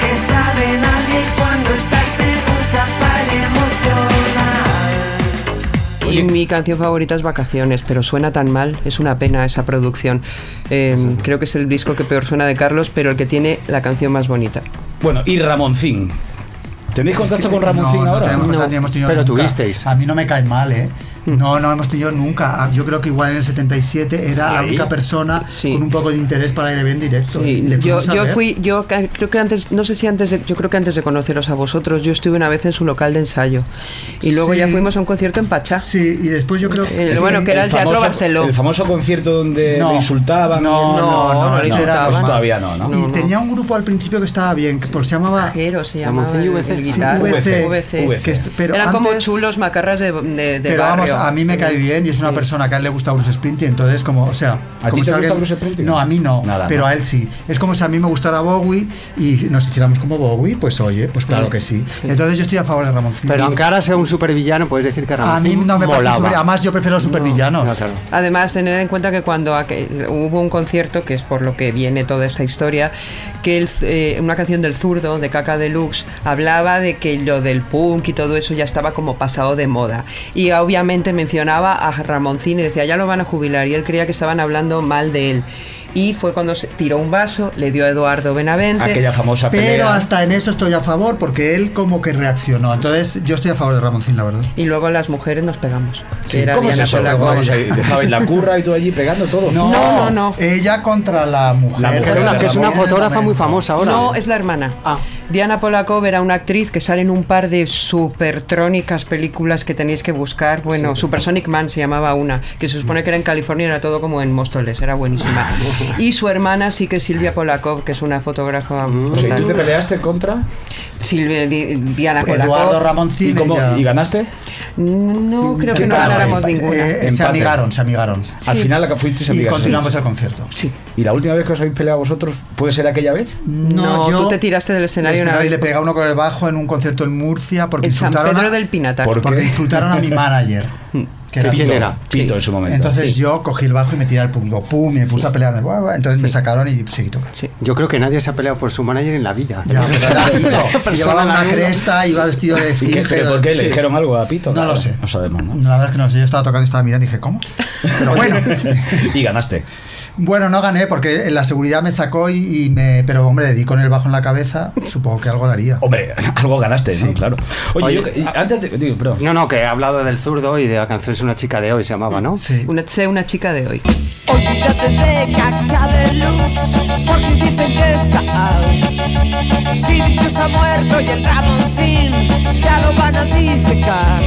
Speaker 8: que sabe nadie cuando estás en un safari emocional.
Speaker 3: Y
Speaker 4: pues.
Speaker 3: mi canción favorita es Vacaciones, pero suena tan mal, es una pena esa producción. Eh, creo que es el disco que peor suena de Carlos, pero el que tiene la canción más bonita.
Speaker 2: Bueno, y Ramoncín. ¿Tenéis contacto con Ramoncín
Speaker 4: no, no
Speaker 2: ahora?
Speaker 4: tenemos
Speaker 3: No.
Speaker 4: contacto, ni hemos tenido
Speaker 7: Pero
Speaker 4: nunca.
Speaker 7: tuvisteis.
Speaker 4: A mí no me cae mal, ¿eh?
Speaker 3: Mm.
Speaker 4: No, no hemos tenido nunca. Ah, Yo creo que igual en el 77 era la
Speaker 7: Ahí.
Speaker 4: única persona
Speaker 3: Sí.
Speaker 4: con un poco de interés para ir a ver en directo.
Speaker 3: Sí,
Speaker 4: Le
Speaker 3: yo,
Speaker 4: fuimos a
Speaker 3: yo
Speaker 4: ver.
Speaker 3: fui, yo ca- creo que antes, no sé si antes, de- yo creo que antes de conoceros a vosotros, yo estuve una vez en su local de ensayo y luego
Speaker 4: Sí.
Speaker 3: ya fuimos a un concierto en Pachá.
Speaker 4: Sí, y después yo creo
Speaker 3: Eh,
Speaker 4: sí,
Speaker 3: bueno, que era el Teatro
Speaker 2: famoso-
Speaker 3: Barceló.
Speaker 2: El famoso concierto donde
Speaker 4: No.
Speaker 2: le insultaban.
Speaker 4: No, no, no,
Speaker 2: eso
Speaker 4: le
Speaker 2: pues
Speaker 4: insultaban.
Speaker 2: todavía no, ¿no?
Speaker 4: Y tenía un grupo al principio que estaba bien, que porque se llamaba
Speaker 3: Cajero se llamaba el,
Speaker 7: VC.
Speaker 3: el
Speaker 7: Sí,
Speaker 3: guitarra,
Speaker 4: VC.
Speaker 3: VC.
Speaker 2: VC.
Speaker 4: que est- pero
Speaker 3: Eran como
Speaker 4: antes-
Speaker 3: chulos macarras de, de, de
Speaker 4: Pero vamos,
Speaker 3: barrio.
Speaker 4: a mí me cae bien y es una
Speaker 3: Sí.
Speaker 4: persona que a él le gusta Bruce Springsteen, entonces como, o sea,
Speaker 2: ¿A ti
Speaker 4: como
Speaker 2: te
Speaker 4: si
Speaker 2: gusta Bruce Springsteen?
Speaker 4: No, a mí no,
Speaker 2: Nada,
Speaker 4: pero
Speaker 2: no.
Speaker 4: a él sí. Es como si a mí me gustara Bowie y nos hiciéramos como Bowie, pues oye, pues claro que sí. Entonces yo estoy a favor de Ramoncín.
Speaker 7: Pero aunque ahora sea un supervillano, puedes decir que
Speaker 4: a mí
Speaker 7: Ramoncín
Speaker 4: no me parece
Speaker 7: molaba.
Speaker 4: super- además yo prefiero los supervillanos.
Speaker 7: No, claro.
Speaker 3: Además, tener en cuenta que cuando aquel- hubo un concierto, que es por lo que viene toda esta historia, que el- eh, una canción del zurdo, de Caca Deluxe, hablaba de que lo del punk y todo eso ya estaba como pasado de moda. Y obviamente mencionaba a Ramoncín y decía, ya lo van a jubilar, y él creía que estaban hablando mal de él. Y fue cuando se tiró un vaso, le dio a Eduardo Benavente.
Speaker 2: Aquella famosa
Speaker 4: Pero
Speaker 2: pelea.
Speaker 4: hasta en eso estoy a favor porque él como que reaccionó. Entonces yo estoy a favor de Ramoncín, la verdad.
Speaker 3: Y luego las mujeres nos pegamos. que era
Speaker 2: ¿Cómo es
Speaker 3: Diana
Speaker 2: Pues eso?
Speaker 3: Polaco.
Speaker 2: Vamos ahí, dejabais la curra y tú allí pegando todo.
Speaker 3: No, no, no.
Speaker 4: Ella contra la mujer.
Speaker 2: La mujer
Speaker 4: de
Speaker 7: Que es una-
Speaker 2: Pero
Speaker 7: que es una
Speaker 4: Ramón.
Speaker 7: fotógrafa muy famosa ahora.
Speaker 3: No, es la hermana.
Speaker 7: Ah.
Speaker 3: Diana Polakov era una actriz que sale en un par de supertrónicas películas que tenéis que buscar. Bueno, Supersonic Man se llamaba una, que se supone que era en California, era todo como en Móstoles, era buenísima. Y su hermana sí que es Silvia Polakov, que es una fotógrafa.
Speaker 2: O sea, ¿y tú te
Speaker 3: brutal.
Speaker 2: peleaste contra
Speaker 3: Silvia, Di- Diana
Speaker 4: Eduardo
Speaker 3: Polakov.
Speaker 2: y,
Speaker 4: Ramoncín.
Speaker 2: cómo-
Speaker 4: ella-
Speaker 2: y ganaste.
Speaker 3: No creo que
Speaker 2: ¿Quién
Speaker 3: no
Speaker 2: ganó?
Speaker 3: ganáramos ninguna.
Speaker 4: Eh, se
Speaker 2: Empate.
Speaker 4: amigaron, se amigaron.
Speaker 2: Al
Speaker 3: Sí.
Speaker 2: final la que fuisteis
Speaker 4: Y
Speaker 2: amigas.
Speaker 4: continuamos el concierto.
Speaker 3: Sí.
Speaker 2: ¿Y la última vez que os habéis peleado vosotros puede ser aquella vez?
Speaker 3: No, tú te tiraste del escenario
Speaker 4: del
Speaker 3: una
Speaker 4: y
Speaker 3: vez.
Speaker 4: le pega uno con el bajo en un concierto en Murcia porque
Speaker 3: En San
Speaker 4: insultaron
Speaker 3: Pedro
Speaker 4: a,
Speaker 3: del Pinatar.
Speaker 2: Por-
Speaker 4: porque
Speaker 2: ¿Qué? Mm.
Speaker 4: insultaron a mi manager. que era
Speaker 7: ¿Quién
Speaker 4: Tito.
Speaker 7: era?
Speaker 2: Pito
Speaker 3: Sí.
Speaker 2: en su momento.
Speaker 4: Entonces
Speaker 3: Sí.
Speaker 4: yo cogí el bajo y me tiré al pungo. Pum, y me puse a pelear. Buah, buah, Entonces me sacaron y seguí tocando.
Speaker 3: Sí.
Speaker 7: Yo creo que nadie se ha peleado por su manager en la vida.
Speaker 4: Ya,
Speaker 7: Esa es
Speaker 4: pero
Speaker 7: la
Speaker 4: era Tito.
Speaker 7: única persona
Speaker 4: Llevaba
Speaker 7: en la
Speaker 4: una
Speaker 7: vida.
Speaker 4: cresta, iba vestido de
Speaker 2: ¿Y qué,
Speaker 4: skinhead.
Speaker 2: pero por qué le
Speaker 4: Sí.
Speaker 2: dijeron algo a Pito?
Speaker 4: No
Speaker 2: Claro,
Speaker 4: lo sé.
Speaker 2: No sabemos, ¿no?
Speaker 4: La verdad es que no sé. Yo estaba tocando y estaba mirando y dije, ¿cómo? Pero bueno.
Speaker 2: y ganaste.
Speaker 4: Bueno, no gané porque la seguridad me sacó y, y me. Pero hombre, di con el bajo en la cabeza. Supongo que algo lo haría.
Speaker 2: Hombre, algo ganaste, ¿no?
Speaker 4: Sí.
Speaker 2: Claro. Oye,
Speaker 7: Oye,
Speaker 2: yo que- y
Speaker 7: a-
Speaker 2: antes de, digo, perdón.
Speaker 7: No, no, que he hablado del zurdo y de la canción Es una chica de hoy, se llamaba, ¿no?
Speaker 4: Sí.
Speaker 3: Una, sé una chica de hoy.
Speaker 9: Olvídate de caca de luz, porque dicen que está out. Si Dios ha muerto y el Ramoncín ya lo van a disecar.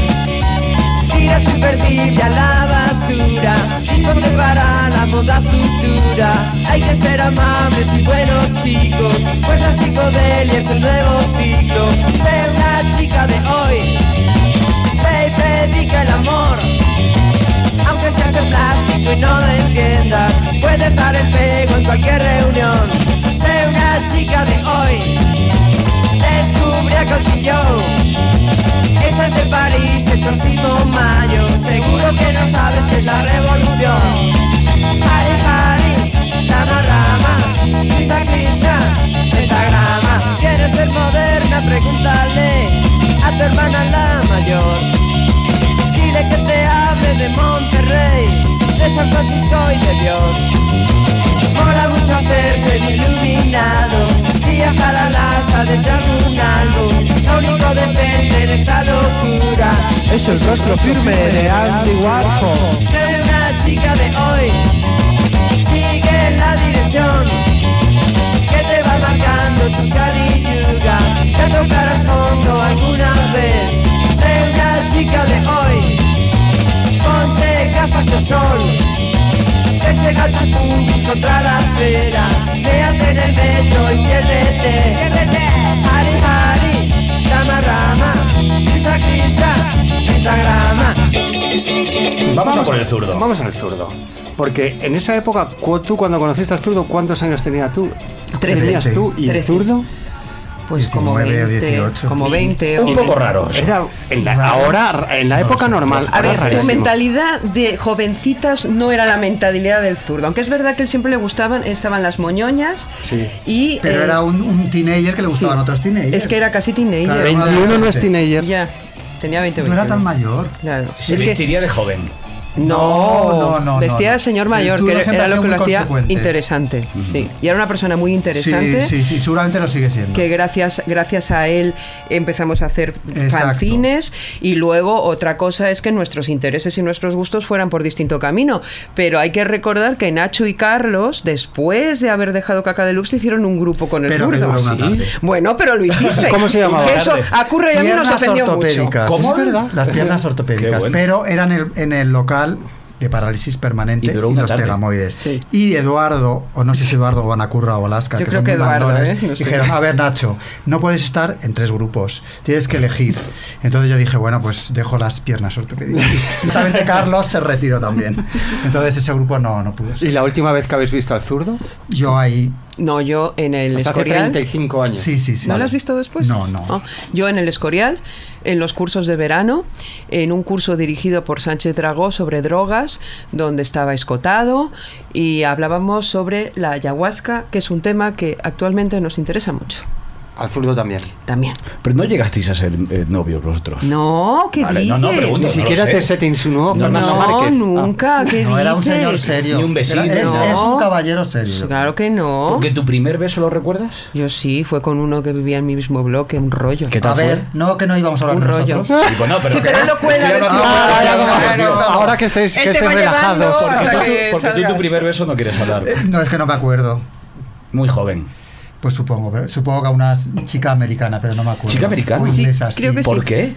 Speaker 9: Tira tu perdida a la basura, esto te para la moda futura. Hay que ser amables y buenos chicos, pues la psicodelia es el nuevo ciclo. Sé una chica de hoy, ve y predica el amor. Aunque seas de plástico y no lo entiendas Puedes dar el pego en cualquier reunión Sé una chica de hoy Descubre a Cotillón Esta es de París el próximo mayo Seguro que no sabes que es la revolución Hare Hare, Rama Rama Krishna Krishna, pentagrama ¿Quieres ser moderna? Pregúntale a tu hermana la mayor Dile que te hable de Monterrey, de San Francisco y de Dios. Mola mucho hacerse el iluminado, viajar a las desde algún álbum. Lo único decente en esta locura es el rostro firme de Andy Warhol. Soy una chica de hoy, sigue la dirección que te va marcando tu yuga Ya tocarás fondo alguna vez Sé la chica de hoy Ponte gafas saltan pubis contra la acera Déjate en el metro y piérdete Hari, hari, rama, rama Crisa, crisa, pentagrama
Speaker 2: Vamos a por el zurdo.
Speaker 7: Vamos al zurdo. Porque en esa época, cu- tú cuando conociste al zurdo, ¿cuántos años tenía tú?
Speaker 3: Trece.
Speaker 7: ¿Tenías tú y el
Speaker 3: Trece.
Speaker 7: zurdo?
Speaker 3: Pues como
Speaker 4: 19 o
Speaker 3: 20,
Speaker 4: 18.
Speaker 3: como 20 o
Speaker 2: Un poco raro eso.
Speaker 7: Era en la- ahora, en la época normal.
Speaker 3: A
Speaker 7: ahora
Speaker 3: ver, tu
Speaker 7: rarísimo.
Speaker 3: mentalidad de jovencitas no era la mentalidad del zurdo. Aunque es verdad que él siempre le gustaban, estaban las moñoñas.
Speaker 7: Sí.
Speaker 3: Y,
Speaker 4: Pero
Speaker 3: eh,
Speaker 4: era un, un teenager que le
Speaker 3: sí.
Speaker 4: gustaban otras teenagers.
Speaker 3: Es que era casi teenager.
Speaker 4: Claro,
Speaker 7: 21 no es teenager.
Speaker 3: Ya, tenía 20
Speaker 4: No era
Speaker 3: 21.
Speaker 4: tan mayor.
Speaker 3: Claro.
Speaker 2: Se
Speaker 3: es que,
Speaker 2: vestiría de joven.
Speaker 4: No, no, no,
Speaker 3: Vestía
Speaker 4: no.
Speaker 3: de señor mayor,
Speaker 4: El
Speaker 3: que
Speaker 4: zurdo
Speaker 3: era-
Speaker 4: siempre
Speaker 3: era
Speaker 4: ha
Speaker 3: lo
Speaker 4: sido
Speaker 3: que lo
Speaker 4: muy
Speaker 3: hacía
Speaker 4: consecuente.
Speaker 3: interesante. Sí. Y era una persona muy interesante.
Speaker 4: Sí, sí, sí, seguramente lo sigue siendo.
Speaker 3: que gracias, gracias a él empezamos a hacer
Speaker 4: Exacto.
Speaker 3: fanzines y luego otra cosa es que nuestros intereses y nuestros gustos fueran por distinto camino. Pero hay que recordar que Nacho y Carlos, después de haber dejado Caca Deluxe, hicieron un grupo con el
Speaker 4: Pero que
Speaker 3: zurdo.
Speaker 4: duró una
Speaker 3: Sí.
Speaker 4: tarde.
Speaker 3: Bueno, pero lo hiciste.
Speaker 7: ¿Cómo se llamaba?
Speaker 3: Que Eso a Curro y a mí nos
Speaker 4: Piernas
Speaker 3: ofendió mucho.
Speaker 4: ortopédicas.
Speaker 2: ¿Cómo?
Speaker 4: Es verdad. Las piernas
Speaker 2: Qué
Speaker 4: ortopédicas.
Speaker 2: bueno.
Speaker 4: Pero eran el- en el local de parálisis permanente
Speaker 2: Y
Speaker 4: y,
Speaker 2: duró una
Speaker 4: los
Speaker 2: tarde.
Speaker 4: pegamoides.
Speaker 3: Sí.
Speaker 4: Y Eduardo, o no sé si Eduardo o Anacurra o Alaska,
Speaker 3: Yo
Speaker 4: que
Speaker 3: creo
Speaker 4: son
Speaker 3: que
Speaker 4: muy
Speaker 3: Eduardo,
Speaker 4: mandones,
Speaker 3: ¿eh? No sé.
Speaker 4: dijeron, a ver Nacho, no puedes estar en tres grupos, tienes que elegir. Entonces yo dije, bueno, pues dejo las piernas ortopédicas. Justamente Carlos se retiró también. Entonces ese grupo no, no pudo
Speaker 7: ¿Y
Speaker 4: ser.
Speaker 7: la última vez que habéis visto al zurdo?
Speaker 4: Yo ahí,
Speaker 3: No, yo en el
Speaker 7: Pues hace
Speaker 3: Escorial.
Speaker 7: 35 años.
Speaker 4: sí, sí, sí.
Speaker 3: ¿No lo has visto después?
Speaker 4: No, no.
Speaker 3: Ah, yo en el Escorial, en los cursos de verano, en un curso dirigido por Sánchez Dragó sobre drogas, donde estaba escotado y hablábamos sobre la ayahuasca, que es un tema que actualmente nos interesa mucho
Speaker 7: Al zurdo también.
Speaker 3: también.
Speaker 2: Pero no llegasteis a ser eh, novios vosotros.
Speaker 3: No, ¿qué
Speaker 2: Vale,
Speaker 3: dices?
Speaker 2: no, no, pregunto.
Speaker 7: Ni
Speaker 2: No
Speaker 7: siquiera
Speaker 2: lo sé.
Speaker 7: te, se te insinuó
Speaker 2: No,
Speaker 7: Fernando
Speaker 3: No,
Speaker 7: Márquez.
Speaker 3: nunca, ¿qué
Speaker 4: No, era un
Speaker 3: dices?
Speaker 4: señor serio.
Speaker 2: Ni un vecino.
Speaker 4: Era- es, es
Speaker 3: No.
Speaker 4: un caballero serio.
Speaker 3: Claro que no.
Speaker 2: Porque tu primer beso lo recuerdas.
Speaker 3: Yo sí, fue con uno que vivía en mi mismo bloque, un rollo.
Speaker 2: ¿Qué
Speaker 4: A
Speaker 2: tal
Speaker 4: ver,
Speaker 2: fue?
Speaker 4: no que no íbamos a hablar
Speaker 3: Un
Speaker 4: de
Speaker 3: rollo.
Speaker 4: nosotros.
Speaker 2: Digo, no, pero
Speaker 3: Sí,
Speaker 2: ¿qué
Speaker 3: pero
Speaker 2: es?
Speaker 3: él lo cuela,
Speaker 2: Estoy
Speaker 3: él
Speaker 2: hablando-
Speaker 3: sí lo
Speaker 7: Ah, ya,
Speaker 3: cuela.
Speaker 7: como-
Speaker 3: Claro.
Speaker 7: Ahora que estéis,
Speaker 3: Él
Speaker 7: que
Speaker 3: te
Speaker 7: estéis
Speaker 3: va llevando
Speaker 7: relajados.
Speaker 3: hasta
Speaker 2: Porque tú-
Speaker 3: que
Speaker 2: Porque tú tu
Speaker 3: salgas.
Speaker 2: primer beso no quieres hablar.
Speaker 4: Eh, No, es que no me acuerdo.
Speaker 2: Muy joven.
Speaker 4: Pues supongo, pero- supongo que a una chica americana, pero no me acuerdo.
Speaker 2: ¿Chica americana?
Speaker 4: O
Speaker 2: Sí,
Speaker 4: inglesa,
Speaker 3: creo que sí.
Speaker 2: ¿Por qué?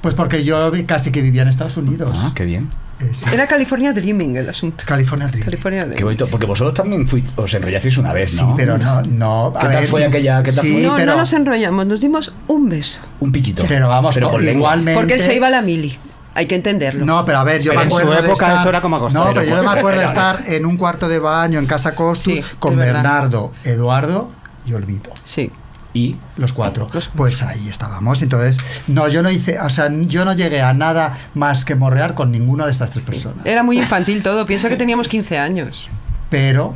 Speaker 4: Pues porque yo vi- casi que vivía en Estados Unidos.
Speaker 2: Ah, qué bien.
Speaker 4: Eh, sí.
Speaker 3: Era California Dreaming el asunto.
Speaker 4: California Dreaming.
Speaker 3: California Dreaming.
Speaker 2: Qué bonito. Porque vosotros también fuisteis, os enrollasteis una vez,
Speaker 4: Sí,
Speaker 2: Pues ¿no?
Speaker 4: pero no, no. a
Speaker 2: ¿Qué tal
Speaker 4: ver,
Speaker 2: fue aquella- qué tal
Speaker 4: sí,
Speaker 2: fue?
Speaker 3: no,
Speaker 4: pero,
Speaker 3: no nos enrollamos, nos dimos un beso.
Speaker 2: Un piquito.
Speaker 4: pero vamos,
Speaker 2: Pero
Speaker 4: no,
Speaker 2: con lengua.
Speaker 4: igualmente.
Speaker 3: Porque él se iba a la mili. Hay que entenderlo.
Speaker 4: No, pero a ver, yo
Speaker 2: Pero
Speaker 4: me
Speaker 2: en su
Speaker 4: acuerdo. de
Speaker 7: época
Speaker 4: estar-
Speaker 7: eso era como acostarse.
Speaker 4: No, pero yo me acuerdo de
Speaker 2: Pero-
Speaker 4: estar en un cuarto de baño en Casa Costus
Speaker 3: Sí,
Speaker 4: con
Speaker 3: es verdad.
Speaker 4: Bernardo, Eduardo y Olvido.
Speaker 3: Sí.
Speaker 2: Y
Speaker 4: Los cuatro. Pues ahí estábamos. Entonces, no, yo no hice, o sea, yo no llegué a nada más que morrear con ninguna de estas tres personas.
Speaker 3: Era muy infantil todo. Piensa que teníamos 15 años.
Speaker 4: Pero,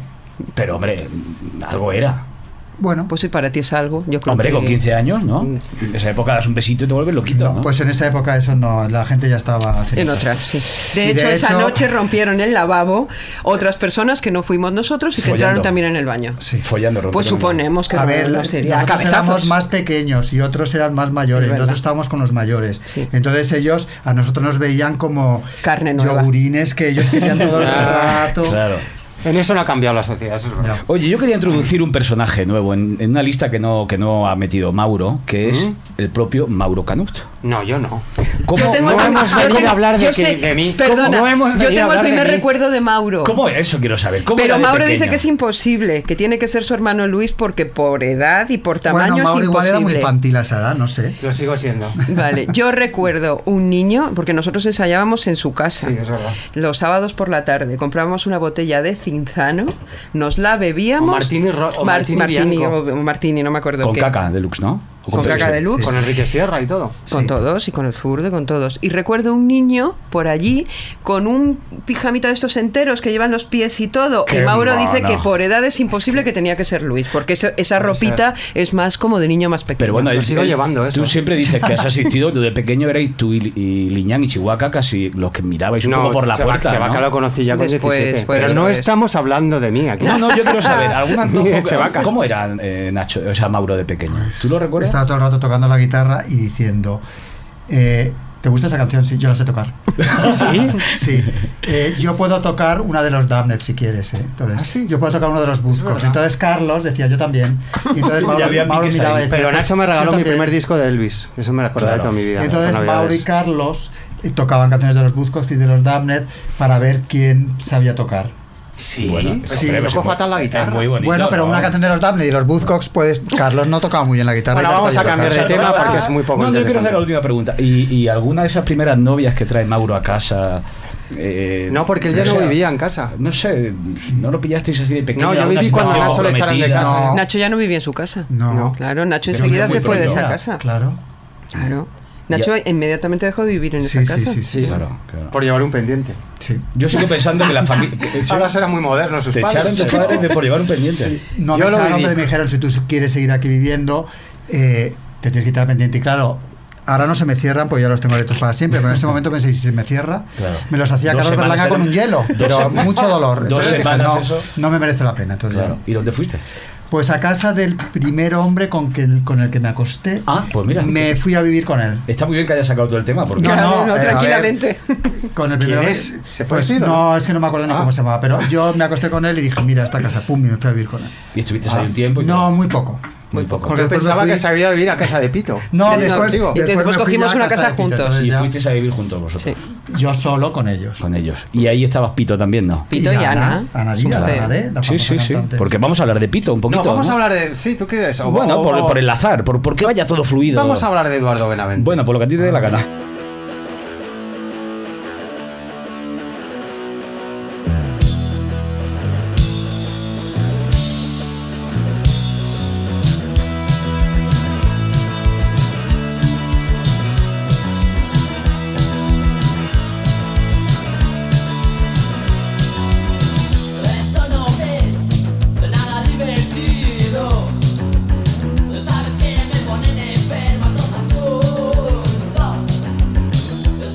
Speaker 2: Pero hombre, algo era.
Speaker 4: bueno, pues,
Speaker 3: Pues si para ti es algo, yo creo
Speaker 2: Hombre,
Speaker 3: que...
Speaker 2: con 15 años, ¿no? En esa época das un besito y te vuelves loquito,
Speaker 4: no,
Speaker 2: ¿no?
Speaker 4: pues en esa época eso no, la gente ya estaba.
Speaker 3: En otra, sí. De
Speaker 4: Y de
Speaker 3: hecho, esa
Speaker 4: hecho-
Speaker 3: noche rompieron el lavabo otras personas que no fuimos nosotros y que
Speaker 2: Follando.
Speaker 3: entraron también en el baño.
Speaker 4: Sí.
Speaker 2: Follando rompieron
Speaker 3: Pues
Speaker 2: el-
Speaker 3: suponemos que
Speaker 4: A ver,
Speaker 3: rompieron,
Speaker 4: la-
Speaker 3: sí,
Speaker 4: nosotros
Speaker 3: a cabezazos.
Speaker 4: éramos más pequeños y otros eran más
Speaker 3: Es
Speaker 4: mayores,
Speaker 3: verdad.
Speaker 4: nosotros estábamos con los mayores.
Speaker 3: Sí.
Speaker 4: Entonces ellos a nosotros nos veían como
Speaker 3: Carne nueva.
Speaker 4: yogurines que ellos querían todo el rato.
Speaker 2: Claro.
Speaker 7: En eso no ha cambiado la sociedad, eso es verdad.
Speaker 2: Oye, yo quería introducir un personaje nuevo en, en una lista que no, que no ha metido Mauro, que es
Speaker 7: ¿Mm?
Speaker 2: el propio Mauro Canut.
Speaker 7: No, yo no.
Speaker 2: ¿Cómo,
Speaker 3: Yo tengo
Speaker 7: no
Speaker 3: el primer-
Speaker 7: hemos
Speaker 3: yo
Speaker 7: venido
Speaker 3: tengo-
Speaker 7: a hablar de
Speaker 3: yo
Speaker 7: que-
Speaker 3: sé-
Speaker 7: de mí?
Speaker 3: Perdona,
Speaker 7: ¿Cómo no hemos
Speaker 3: yo
Speaker 7: venido a
Speaker 3: tengo el
Speaker 7: hablar de
Speaker 3: primer
Speaker 7: mí?
Speaker 3: recuerdo de Mauro.
Speaker 2: cómo- Eso quiero saber. ¿Cómo
Speaker 3: Pero
Speaker 2: era de
Speaker 3: Mauro
Speaker 2: pequeño?
Speaker 3: dice que es imposible, que tiene que ser su hermano Luis porque por edad y por tamaño
Speaker 4: bueno, Mauro
Speaker 3: es
Speaker 4: igual
Speaker 3: imposible.
Speaker 4: era muy infantil a esa edad, no sé.
Speaker 7: Lo sigo siendo.
Speaker 3: Vale, yo recuerdo un niño, porque nosotros ensayábamos en su casa.
Speaker 7: Sí, es verdad.
Speaker 3: Los sábados por la tarde comprábamos una botella de cinzano, nos la bebíamos.
Speaker 7: O martini ro- o martini
Speaker 3: martini,
Speaker 7: bianco.
Speaker 3: o- o martini, no me acuerdo
Speaker 2: Con
Speaker 3: qué.
Speaker 2: caca deluxe, ¿no? O
Speaker 3: Con caca
Speaker 2: Felipe.
Speaker 3: de luz.
Speaker 7: Con Enrique Sierra y todo.
Speaker 3: Con
Speaker 4: Sí.
Speaker 3: todos, y con el zurdo, y con todos. Y recuerdo un niño por allí con un pijamita de estos enteros que llevan los pies y todo.
Speaker 2: Qué
Speaker 3: y Mauro
Speaker 2: mono.
Speaker 3: dice que por edad es imposible que... tenía que ser Luis, porque esa, esa ropita es más como de niño más pequeño.
Speaker 2: Pero bueno,
Speaker 7: Lo
Speaker 2: él-
Speaker 7: sigo
Speaker 2: él-
Speaker 7: llevando eso.
Speaker 2: Tú siempre dices que has asistido, tú de pequeño erais tú y, y Liñán y Chihuahua casi los que mirabais Pues un
Speaker 7: No,
Speaker 2: poco por la
Speaker 7: Chava-
Speaker 2: puerta.
Speaker 7: Chavaca
Speaker 2: ¿no?
Speaker 7: lo conocí ya con
Speaker 3: Después,
Speaker 7: 17.
Speaker 3: fue
Speaker 7: pero no
Speaker 3: después.
Speaker 7: estamos hablando de mí aquí.
Speaker 2: No, no, yo quiero saber, ¿algún antojo-
Speaker 7: Ni de Chewbacca.
Speaker 2: ¿Cómo era eh, Nacho, o sea, Mauro de pequeño? ¿Tú lo recuerdas?
Speaker 4: Estaba todo el rato tocando la guitarra y diciendo, eh, ¿te gusta esa canción? Sí, yo la sé tocar.
Speaker 7: ¿Sí?
Speaker 4: Sí, Eh, yo puedo tocar una de los Damned si quieres. ¿eh? Entonces,
Speaker 7: ¿Ah, sí?
Speaker 4: Yo puedo tocar uno de los Buzzcocks. Entonces Carlos decía yo también. Y entonces Mauro,
Speaker 2: había
Speaker 4: Mauro
Speaker 2: piques
Speaker 4: miraba
Speaker 2: ahí.
Speaker 4: y decía,
Speaker 7: Pero Nacho me
Speaker 4: "Yo
Speaker 7: regaló mi
Speaker 4: también".
Speaker 7: primer disco de Elvis. Eso me lo acordé
Speaker 2: Claro.
Speaker 7: de toda mi vida.
Speaker 4: Entonces
Speaker 7: por
Speaker 4: Mauro y
Speaker 7: Navidades.
Speaker 4: Carlos eh, tocaban canciones de los Buzzcocks y de los Damned para ver quién sabía tocar.
Speaker 7: Sí,
Speaker 2: Bueno,
Speaker 7: pues
Speaker 2: eso
Speaker 7: sí,
Speaker 2: creo que
Speaker 7: tocó
Speaker 2: es
Speaker 7: fatal la
Speaker 2: muy-
Speaker 7: guitarra.
Speaker 2: es muy bonito,
Speaker 4: Bueno, pero
Speaker 2: ¿no? Eh,
Speaker 4: una canción de los Daphne y los Buzzcocks, pues Carlos no tocaba muy bien la guitarra.
Speaker 7: Bueno,
Speaker 4: y la
Speaker 7: vamos
Speaker 4: está
Speaker 7: a cambiar
Speaker 4: tocando.
Speaker 7: de tema. porque es muy poco
Speaker 2: No, yo quiero
Speaker 7: interesante.
Speaker 2: hacer la última pregunta. ¿Y, y alguna de esas primeras novias que trae Mauro a casa? eh,
Speaker 7: No, porque él ya no
Speaker 2: sé,
Speaker 7: vivía en casa.
Speaker 2: No sé, ¿no lo pillasteis así de pequeño?
Speaker 7: No, yo
Speaker 2: Una
Speaker 7: viví cuando
Speaker 2: situación
Speaker 7: Nacho le echaron de
Speaker 2: comprometida.
Speaker 7: casa.
Speaker 3: Nacho ya no vivía en su casa.
Speaker 4: No.
Speaker 7: No.
Speaker 3: Claro, Nacho
Speaker 4: Pero
Speaker 3: enseguida
Speaker 4: muy
Speaker 3: se fue de esa
Speaker 4: pronto.
Speaker 3: casa.
Speaker 4: Claro.
Speaker 3: Claro. Nacho inmediatamente dejó de vivir en
Speaker 4: Sí,
Speaker 3: esa
Speaker 4: sí,
Speaker 3: casa.
Speaker 4: sí, sí.
Speaker 7: Sí,
Speaker 2: Claro, claro.
Speaker 7: Por llevar un pendiente.
Speaker 4: sí.
Speaker 2: Yo sigo pensando que la familia.
Speaker 7: Ahora serán muy modernos sus
Speaker 2: Te echaron
Speaker 7: padres.
Speaker 2: tus padres de por llevar un pendiente.
Speaker 4: No,
Speaker 7: Yo
Speaker 4: me
Speaker 7: lo
Speaker 4: echaron,
Speaker 7: viví.
Speaker 4: pero me dijeron, si tú quieres seguir aquí viviendo, eh, te tienes que quitar el pendiente. Y claro, ahora no se me cierran, pues ya los tengo abiertos para siempre, pero en este momento pensé, ¿y si se me cierra,
Speaker 2: Claro.
Speaker 4: me los hacía
Speaker 2: Dos
Speaker 4: Carlos
Speaker 2: semanas
Speaker 4: Berlanga con
Speaker 2: eran-
Speaker 4: un hielo,
Speaker 2: dos
Speaker 4: pero
Speaker 2: semanas-
Speaker 4: mucho dolor.
Speaker 2: dos
Speaker 4: Entonces dije,
Speaker 2: semanas
Speaker 4: no,
Speaker 2: eso.
Speaker 4: no me merece la pena. Entonces,
Speaker 2: Claro. ¿Y dónde fuiste?
Speaker 4: Pues a casa del primer hombre con, que, con el que me acosté,
Speaker 2: Ah, pues mira.
Speaker 4: me fui a vivir con él.
Speaker 2: Está muy bien que hayas sacado todo el tema. Porque
Speaker 3: No, no,
Speaker 4: eh, a ver,
Speaker 3: tranquilamente.
Speaker 4: Con el
Speaker 7: ¿Quién
Speaker 4: primero
Speaker 7: es? ¿Se puede
Speaker 4: pues,
Speaker 7: decir o no?
Speaker 4: No, es que no me acuerdo ni
Speaker 7: Ah.
Speaker 4: cómo se llamaba, pero yo me acosté con él y dije, mira, esta casa, pum, y me fui a vivir con él.
Speaker 2: Y estuviste ahí un tiempo. Y
Speaker 4: Ah, No, muy poco.
Speaker 2: muy poco.
Speaker 4: porque
Speaker 7: Yo
Speaker 4: después
Speaker 7: pensaba
Speaker 4: me fui-
Speaker 7: que se había ido a vivir a casa de Pito.
Speaker 4: No,
Speaker 3: No,
Speaker 4: después,
Speaker 3: y
Speaker 4: después,
Speaker 3: después
Speaker 4: me fui
Speaker 3: cogimos
Speaker 4: ya a
Speaker 3: una casa
Speaker 4: de Pito,
Speaker 3: juntos.
Speaker 4: entonces
Speaker 2: Y
Speaker 4: ya
Speaker 2: fuisteis a vivir juntos vosotros.
Speaker 3: Sí.
Speaker 4: Yo solo con ellos.
Speaker 2: Con ellos. Y ahí estabas Pito también, ¿no?
Speaker 3: Pito y Ana.
Speaker 4: Ana Díaz,
Speaker 3: Súper.
Speaker 4: Ana D, la
Speaker 2: Sí,
Speaker 4: famosa
Speaker 2: sí, sí.
Speaker 4: cantante.
Speaker 2: Porque vamos a hablar de Pito un poquito.
Speaker 7: no, vamos
Speaker 2: ¿no?
Speaker 7: a hablar de. Sí, tú quieres. O-
Speaker 2: Bueno,
Speaker 7: o-
Speaker 2: por,
Speaker 7: o-
Speaker 2: por el azar, por, por qué vaya todo fluido.
Speaker 7: Vamos a hablar de Eduardo Benavente.
Speaker 2: Bueno, por lo que a ti te dé la gana.
Speaker 8: Esto no es de nada divertido. Sabes que me ponen enfermas los asuntos.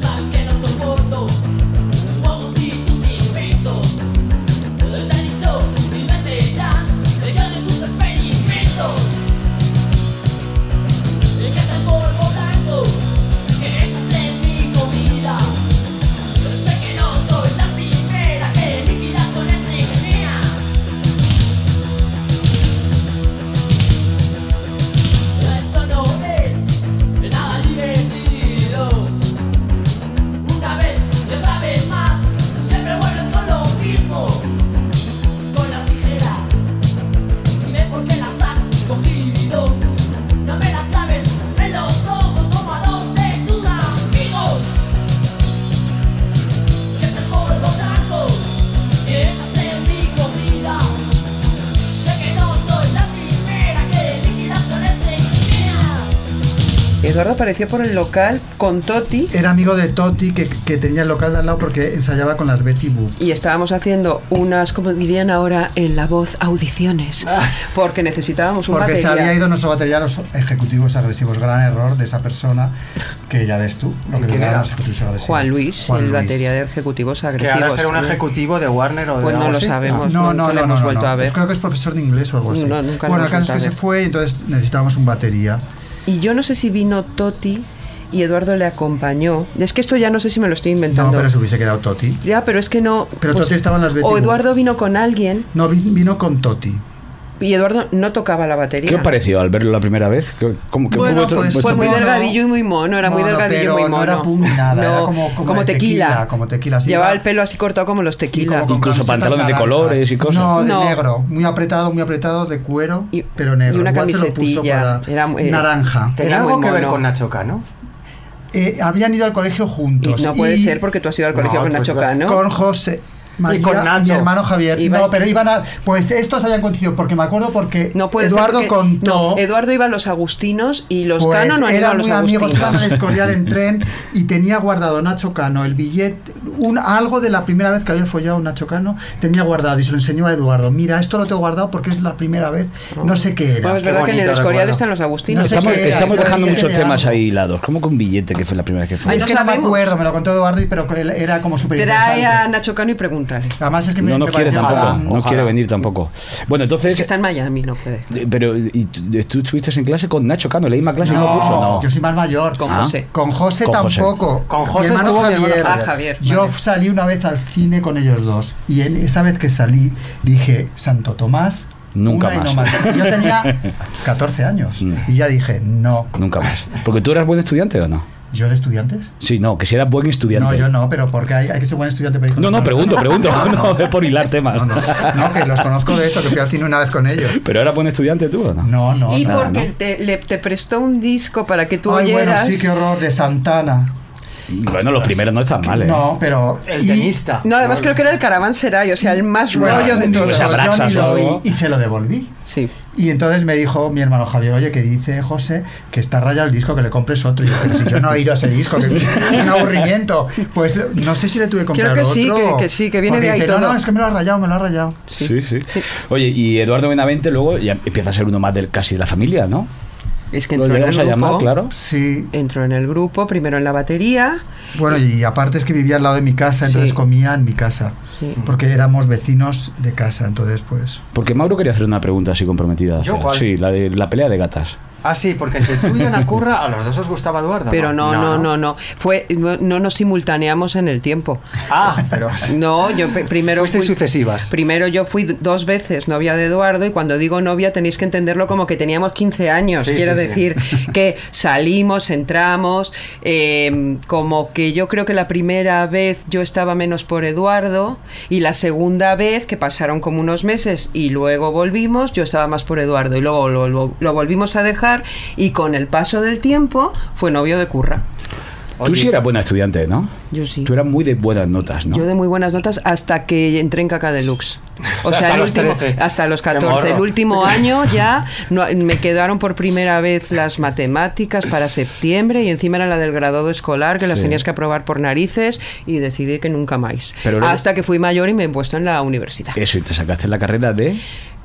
Speaker 8: Sabes que no soporto tus juegos y tus inventos. Te he dicho, vete ya, deja de tus experimentos. Deja el polvo blanco, que esa es mi comida. Sé que no soy la primera que liquidas con esta ingenía Esto no es de nada divertido Una vez, y otra vez más Siempre vuelves con lo mismo Con las tijeras Dime por qué las has cogido No me las claves en los ojos como a dos de tus amigos que es el polvo blanco y esa es mi comida. Sé que no soy la primera que liquidas con esta idea.
Speaker 3: Eduardo apareció por el local con Toti
Speaker 4: Era amigo de Totti que, que tenía el local de al lado porque ensayaba con las Betty Boop.
Speaker 3: y estábamos haciendo unas, como dirían ahora en la voz, audiciones. Porque necesitábamos un
Speaker 4: Ah. Porque se
Speaker 3: batería.
Speaker 4: había ido nuestro batería a los ejecutivos agresivos. Gran error de esa persona que ya ves tú lo que
Speaker 7: quién
Speaker 4: duraban
Speaker 7: era?
Speaker 4: los ejecutivos agresivos.
Speaker 3: Juan Luis,
Speaker 4: Juan
Speaker 3: el
Speaker 4: Luis.
Speaker 3: batería de ejecutivos
Speaker 7: que
Speaker 3: agresivos.
Speaker 7: ahora será un
Speaker 3: ¿no?
Speaker 7: ejecutivo de Warner o de
Speaker 3: Pues no
Speaker 7: algo
Speaker 3: lo
Speaker 7: así.
Speaker 3: sabemos.
Speaker 4: ¿Ah,
Speaker 3: nunca
Speaker 4: No, no,
Speaker 3: lo
Speaker 4: no,
Speaker 3: hemos
Speaker 4: no,
Speaker 3: vuelto
Speaker 4: no.
Speaker 3: a ver.
Speaker 4: Pues creo que es profesor de inglés o algo así.
Speaker 3: No, nunca lo
Speaker 4: bueno,
Speaker 3: hemos vuelto
Speaker 4: el caso es que
Speaker 3: a
Speaker 4: se
Speaker 3: ver.
Speaker 4: fue y entonces necesitábamos un batería.
Speaker 3: Y yo no sé si vino Toti y Eduardo le acompañó. Es que esto ya no sé si me lo estoy
Speaker 4: No,
Speaker 3: inventando.
Speaker 4: pero se hubiese quedado Totti.
Speaker 3: Ya, pero es que no. pues,
Speaker 4: Pero Totti estaban las
Speaker 3: O
Speaker 4: 21.
Speaker 3: Eduardo vino con alguien
Speaker 4: No, vi- vino con Totti.
Speaker 3: y Eduardo no tocaba la batería.
Speaker 2: ¿Qué os pareció al verlo la primera vez? ¿Qué- ¿Cómo, qué
Speaker 4: Bueno,
Speaker 2: fue vuestro-
Speaker 4: pues-
Speaker 2: vuestro-
Speaker 3: Fue muy
Speaker 4: Mono,
Speaker 3: delgadillo y muy mono, era muy
Speaker 4: mono,
Speaker 3: delgadillo
Speaker 4: pero
Speaker 3: y muy
Speaker 4: no
Speaker 3: mono.
Speaker 4: era pum ni nada, era como- como de
Speaker 3: tequila.
Speaker 4: tequila, como tequila, así
Speaker 3: Llevaba
Speaker 4: iba.
Speaker 3: el pelo así cortado como los tequila.
Speaker 4: como con
Speaker 2: Incluso
Speaker 4: camisetas
Speaker 2: pantalones de
Speaker 4: naranjas.
Speaker 2: colores y cosas.
Speaker 4: No, de
Speaker 3: No.
Speaker 4: negro. Muy apretado, muy apretado, de cuero,
Speaker 3: Y-
Speaker 4: pero negro.
Speaker 3: y una
Speaker 4: Igual se lo puso
Speaker 3: camisetilla.
Speaker 4: para-
Speaker 3: Era, eh,
Speaker 4: naranja.
Speaker 7: Tenía
Speaker 3: Era muy
Speaker 7: algo que ver
Speaker 3: mono.
Speaker 7: con Nacho Cano.
Speaker 4: Eh, habían ido al colegio
Speaker 3: Y
Speaker 4: juntos.
Speaker 3: no puede
Speaker 4: y
Speaker 3: ser porque tú has ido al colegio
Speaker 7: No,
Speaker 3: con
Speaker 7: pues
Speaker 3: Nacho
Speaker 7: vas-
Speaker 3: Cano.
Speaker 4: Con José. María,
Speaker 7: con Nacho.
Speaker 4: Mi hermano Javier.
Speaker 3: Ibais-
Speaker 4: No, pero iban a. Pues estos habían coincidido, porque me acuerdo porque
Speaker 3: No puede ser
Speaker 4: Eduardo
Speaker 3: porque-
Speaker 4: contó.
Speaker 3: no, Eduardo iba a los Agustinos y los
Speaker 4: Pues
Speaker 3: Cano no han ido a
Speaker 4: eran
Speaker 3: los
Speaker 4: muy amigos, iban al
Speaker 3: Agustinos.
Speaker 4: Escorial en tren y tenía guardado Nacho Cano el billete, un, algo de la primera vez que había follado Nacho Cano, tenía guardado y se lo enseñó a Eduardo. Mira, esto lo tengo guardado porque es la primera vez, no sé qué era.
Speaker 3: Oh. Bueno, es verdad que en el
Speaker 7: bonito
Speaker 3: Escorial
Speaker 7: recuerdo.
Speaker 3: están los Agustinos.
Speaker 4: No sé
Speaker 2: Estamos,
Speaker 4: qué era,
Speaker 2: estamos
Speaker 4: es
Speaker 2: dejando
Speaker 4: que
Speaker 2: muchos
Speaker 4: era
Speaker 2: temas
Speaker 4: algo.
Speaker 2: ahí hilados. ¿Cómo con billete que fue la primera vez que fue?
Speaker 3: Ay,
Speaker 4: es
Speaker 3: no
Speaker 4: que no me
Speaker 3: sabemos.
Speaker 4: acuerdo, me lo contó Eduardo, y- pero que él era como súper
Speaker 3: Trae a
Speaker 4: interesante.
Speaker 3: Nacho Cano y pregúntale.
Speaker 4: Además es que me-
Speaker 2: no nos
Speaker 4: me
Speaker 2: quiere
Speaker 4: parecía-
Speaker 2: tampoco,
Speaker 7: ojalá,
Speaker 2: no
Speaker 7: ojalá.
Speaker 2: quiere venir tampoco. Bueno, entonces...
Speaker 3: Es que está en Miami, no puede.
Speaker 2: eh, Pero, ¿y tú, tú estuviste en clase con Nacho Cano? ¿La misma
Speaker 3: Pues
Speaker 2: clase y no curso? No.
Speaker 4: yo soy más mayor.
Speaker 3: Con
Speaker 2: Ah.
Speaker 3: José.
Speaker 4: Con José
Speaker 2: Con José.
Speaker 4: tampoco.
Speaker 7: Con
Speaker 4: Mi
Speaker 7: José
Speaker 4: hermano
Speaker 7: estuvo mi hermano
Speaker 4: Javier.
Speaker 3: Javier. Ah, Javier,
Speaker 4: Yo
Speaker 3: vale.
Speaker 4: salí una vez al cine con ellos dos. Y en esa vez que salí, dije, Santo Tomás.
Speaker 2: Nunca
Speaker 4: una y no
Speaker 2: más.
Speaker 4: Yo tenía 14 años.
Speaker 2: Mm.
Speaker 4: Y ya dije, no.
Speaker 2: Nunca más. ¿Porque tú eras buen estudiante o no?
Speaker 4: ¿Yo de estudiantes?
Speaker 2: Sí, no, que si eras buen estudiante.
Speaker 4: No, yo no, pero porque hay, hay que ser buen estudiante para ir con
Speaker 2: No, no,
Speaker 4: los
Speaker 2: pregunto, pregunto. No, es por hilar temas.
Speaker 4: No, no, no, que los conozco de eso, que fui al cine una vez con ellos.
Speaker 2: Pero eras buen estudiante tú, ¿o no?
Speaker 4: No, no.
Speaker 3: y
Speaker 4: no.
Speaker 2: por-
Speaker 3: porque
Speaker 2: no.
Speaker 3: Te, le- te prestó un disco para que tú
Speaker 4: Ay, bueno,
Speaker 3: oyeras.
Speaker 4: sí, qué horror, de Santana.
Speaker 2: Bueno, los primeros no están mal, ¿eh?
Speaker 4: No, pero...
Speaker 7: El
Speaker 4: y-
Speaker 7: tenista.
Speaker 3: No, además creo que era el Caravanserai, o sea, el más
Speaker 4: Bueno,
Speaker 3: rollo de
Speaker 4: un día
Speaker 2: Pues
Speaker 3: todos.
Speaker 4: yo
Speaker 2: abrazas
Speaker 4: ni
Speaker 2: o
Speaker 4: lo oí
Speaker 2: algo.
Speaker 4: y se lo devolví.
Speaker 3: Sí.
Speaker 4: Y entonces me dijo mi hermano Javier, oye, que dice José que está rayado el disco, que le compres otro. Y yo, pero si yo no he oído ese disco, que es un aburrimiento. Pues no sé si le tuve que comprar
Speaker 3: Creo que sí,
Speaker 4: otro.
Speaker 3: que- que sí, que viene
Speaker 4: Porque
Speaker 3: de ahí
Speaker 4: dice, No,
Speaker 3: todo".
Speaker 4: no, es que me lo ha rayado, me lo ha rayado.
Speaker 2: Sí, sí,
Speaker 3: sí.
Speaker 2: Oye, y Eduardo Benavente luego ya empieza a ser uno más del casi de la familia, ¿no?
Speaker 3: Es que
Speaker 2: Lo
Speaker 3: entró en el
Speaker 2: llegamos
Speaker 3: grupo.
Speaker 2: a llamar, claro.
Speaker 4: Sí.
Speaker 3: Entró en el grupo, primero en la batería.
Speaker 4: Bueno, y aparte es que vivía al lado de mi casa, entonces
Speaker 3: Sí.
Speaker 4: comía en mi casa.
Speaker 3: Sí.
Speaker 4: Porque éramos vecinos de casa, entonces pues...
Speaker 2: Porque Mauro quería hacer una pregunta así comprometida.
Speaker 7: ¿Yo
Speaker 2: hacia-
Speaker 7: cuál?
Speaker 2: Sí, la de la pelea de gatas.
Speaker 7: Ah, sí, porque entre tú y Ana Curra a los dos os gustaba Eduardo.
Speaker 3: Pero no, no, no, no. Fue, no, no nos simultaneamos en el tiempo.
Speaker 7: Ah, pero.
Speaker 3: No, yo pe- primero
Speaker 7: Fuisteis sucesivas.
Speaker 3: Primero yo fui d- dos veces novia de Eduardo y cuando digo novia tenéis que entenderlo como que teníamos 15 años.
Speaker 7: Sí,
Speaker 3: Quiero
Speaker 7: sí, sí.
Speaker 3: decir que salimos, entramos, eh, como que yo creo que la primera vez yo estaba menos por Eduardo y la segunda vez, que pasaron como unos meses y luego volvimos, yo estaba más por Eduardo y luego lo, lo- lo volvimos a dejar y con el paso del tiempo fue novio de Curra.
Speaker 2: Tú
Speaker 7: Oye.
Speaker 2: sí eras buena estudiante, ¿no?
Speaker 3: Yo sí.
Speaker 2: Tú eras muy de buenas notas, ¿no?
Speaker 3: Yo de muy buenas notas hasta que entré en Caca Deluxe.
Speaker 7: O
Speaker 3: O
Speaker 7: sea,
Speaker 3: sea,
Speaker 7: hasta
Speaker 3: el
Speaker 7: los
Speaker 3: último,
Speaker 7: 13.
Speaker 3: hasta los
Speaker 7: Qué
Speaker 3: 14. El
Speaker 7: morro.
Speaker 3: último año ya no- me quedaron por primera vez las matemáticas para septiembre y encima era la del graduado escolar que las
Speaker 2: Sí.
Speaker 3: tenías que aprobar por narices y decidí que nunca más.
Speaker 2: Pero luego- Eh.
Speaker 3: Hasta que fui mayor y me he puesto en la universidad.
Speaker 2: Eso, y te sacaste la carrera de...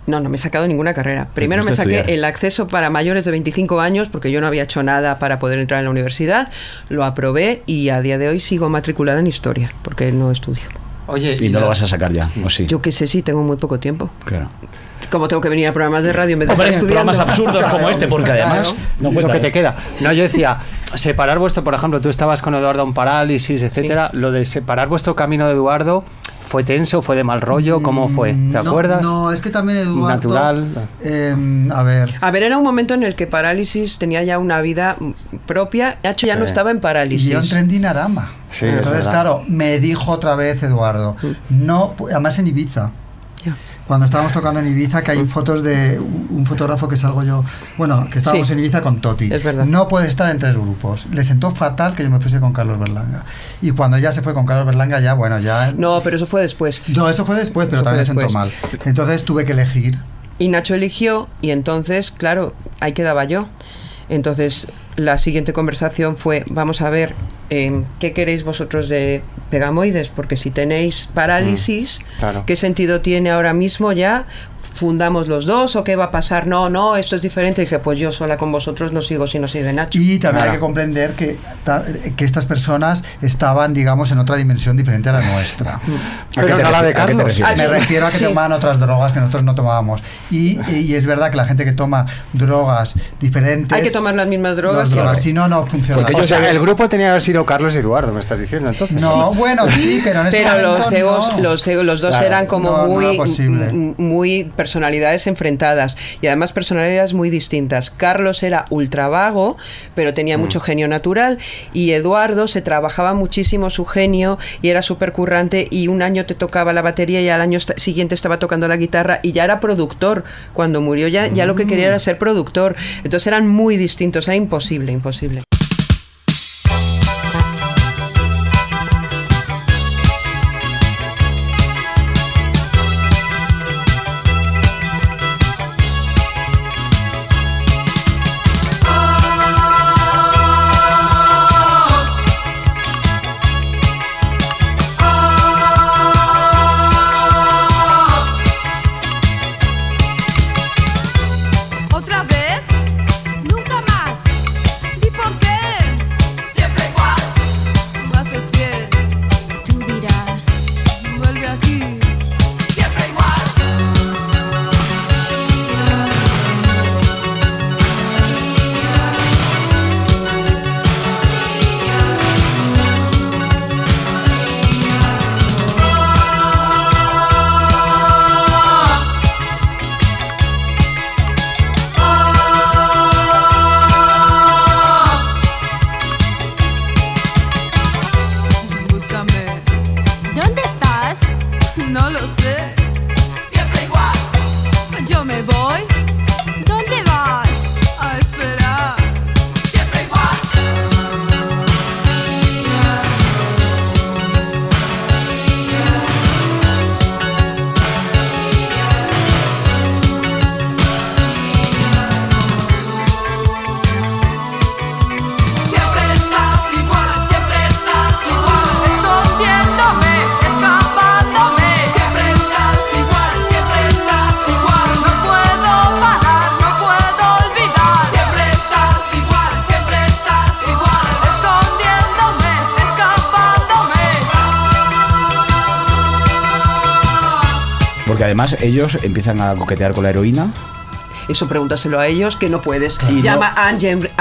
Speaker 3: No, no me he sacado ninguna carrera. Primero me
Speaker 2: pusiste a
Speaker 3: saqué
Speaker 2: estudiar.
Speaker 3: el acceso para mayores de 25 años porque yo no había hecho nada para poder entrar en la universidad. Lo aprobé y a día de hoy sigo matriculada en historia porque no estudio.
Speaker 7: Oye,
Speaker 2: Y no
Speaker 7: la-
Speaker 2: lo vas a sacar ya, ¿o sí?
Speaker 3: Yo qué sé, sí, tengo muy poco tiempo.
Speaker 2: Claro.
Speaker 3: Como tengo que venir a programas de radio en vez de estar
Speaker 2: Hombre,
Speaker 3: estudiando.
Speaker 2: programas absurdos como este, porque además...
Speaker 7: No,
Speaker 2: No,
Speaker 7: lo
Speaker 2: cuéntame.
Speaker 7: que te queda. No, yo decía, separar vuestro, por ejemplo, tú estabas con Eduardo en parálisis, etcétera. Lo de separar vuestro camino de Eduardo, ¿fue tenso? ¿Fue de mal rollo? ¿Cómo fue? ¿Te
Speaker 4: Mm, No,
Speaker 7: acuerdas?
Speaker 4: No, es que también Eduardo...
Speaker 7: Natural.
Speaker 4: em, a ver...
Speaker 3: A ver, era un momento en el que Parálisis tenía ya una vida mm, propia. Nacho ya no estaba en
Speaker 4: Y yo entré
Speaker 3: Parálisis.
Speaker 4: en Dinarama.
Speaker 7: Sí, es
Speaker 4: Entonces,
Speaker 7: verdad.
Speaker 4: claro, me dijo otra vez Eduardo, no, pu- además en Ibiza.
Speaker 3: Mm. Ya. Mm.
Speaker 4: Cuando estábamos tocando en Ibiza, que hay fotos de un un fotógrafo que salgo yo, bueno, que estábamos
Speaker 3: Sí.
Speaker 4: en Ibiza con Toti.
Speaker 3: Es verdad.
Speaker 4: No puede estar en tres grupos. Le sentó fatal que yo me fuese con Carlos Berlanga. Y cuando ella se fue con Carlos Berlanga, ya, bueno, ya...
Speaker 3: No, pero eso fue después.
Speaker 4: No, eso fue después, pero
Speaker 3: Eso fue
Speaker 4: también le sentó mal.
Speaker 3: después.
Speaker 4: Entonces tuve que elegir.
Speaker 3: Y Nacho eligió y entonces, claro, ahí quedaba yo. Entonces, la siguiente conversación fue, vamos a ver, eh, ¿qué queréis vosotros de Pegamoides? Porque si tenéis parálisis,
Speaker 7: claro.
Speaker 3: ¿qué sentido tiene ahora mismo ya? ¿Fundamos los dos o qué va a pasar? No, no, esto es diferente. Y dije, pues yo sola con vosotros no sigo si no sigue Nacho.
Speaker 4: Y también hay
Speaker 7: Claro.
Speaker 4: que comprender que, ta- que estas personas estaban, digamos, en otra dimensión diferente a la nuestra.
Speaker 3: Mm.
Speaker 7: Pero
Speaker 2: ¿A qué te
Speaker 7: nada
Speaker 2: refieres?
Speaker 7: de
Speaker 2: ¿A qué te
Speaker 7: Carlos.
Speaker 2: refieres?
Speaker 4: Me refiero a que
Speaker 3: Sí.
Speaker 4: tomaban otras drogas que nosotros no tomábamos. Y, eh, y es verdad que la gente que toma drogas diferentes.
Speaker 3: Hay que tomar las mismas drogas,
Speaker 4: las drogas,
Speaker 3: siempre.
Speaker 4: si no, no funciona. Pues,
Speaker 2: Porque
Speaker 7: O
Speaker 2: yo
Speaker 7: sea,
Speaker 2: sé-
Speaker 7: el grupo tenía que haber sido Carlos y Eduardo, me estás diciendo, entonces.
Speaker 4: No, bueno, sí, pero en ese
Speaker 3: Pero
Speaker 4: momento
Speaker 3: los egos,
Speaker 4: no.
Speaker 3: los, egos- los dos
Speaker 7: Claro.
Speaker 3: eran como
Speaker 4: No, no
Speaker 3: muy, mm,
Speaker 4: era posible.
Speaker 3: m- muy personalidades enfrentadas y además personalidades muy distintas. Carlos era ultra vago, pero tenía
Speaker 4: Mm.
Speaker 3: mucho genio natural y Eduardo se trabajaba muchísimo su genio y era súper currante y un año te tocaba la batería y al año esta- siguiente estaba tocando la guitarra y ya era productor. Cuando murió ya, ya lo que quería
Speaker 4: Mm.
Speaker 3: era ser productor. Entonces eran muy distintos, era imposible, imposible.
Speaker 8: ¿Otra vez? Nunca más. ¿Y por qué?
Speaker 10: lo sé. Siempre igual. Yo me voy. ¿Dónde vas? A esperar. Siempre igual. Siempre estás igual, siempre estás igual, escondiéndome, escapándome. Siempre estás igual, siempre estás igual, no puedo parar, no puedo olvidar. Siempre estás igual, siempre estás igual, escondiéndome, escapándome.
Speaker 2: Porque además ellos empiezan a coquetear con la heroína.
Speaker 3: Eso pregúntaselo a ellos, que no puedes.
Speaker 2: Y
Speaker 3: Llama a Angermen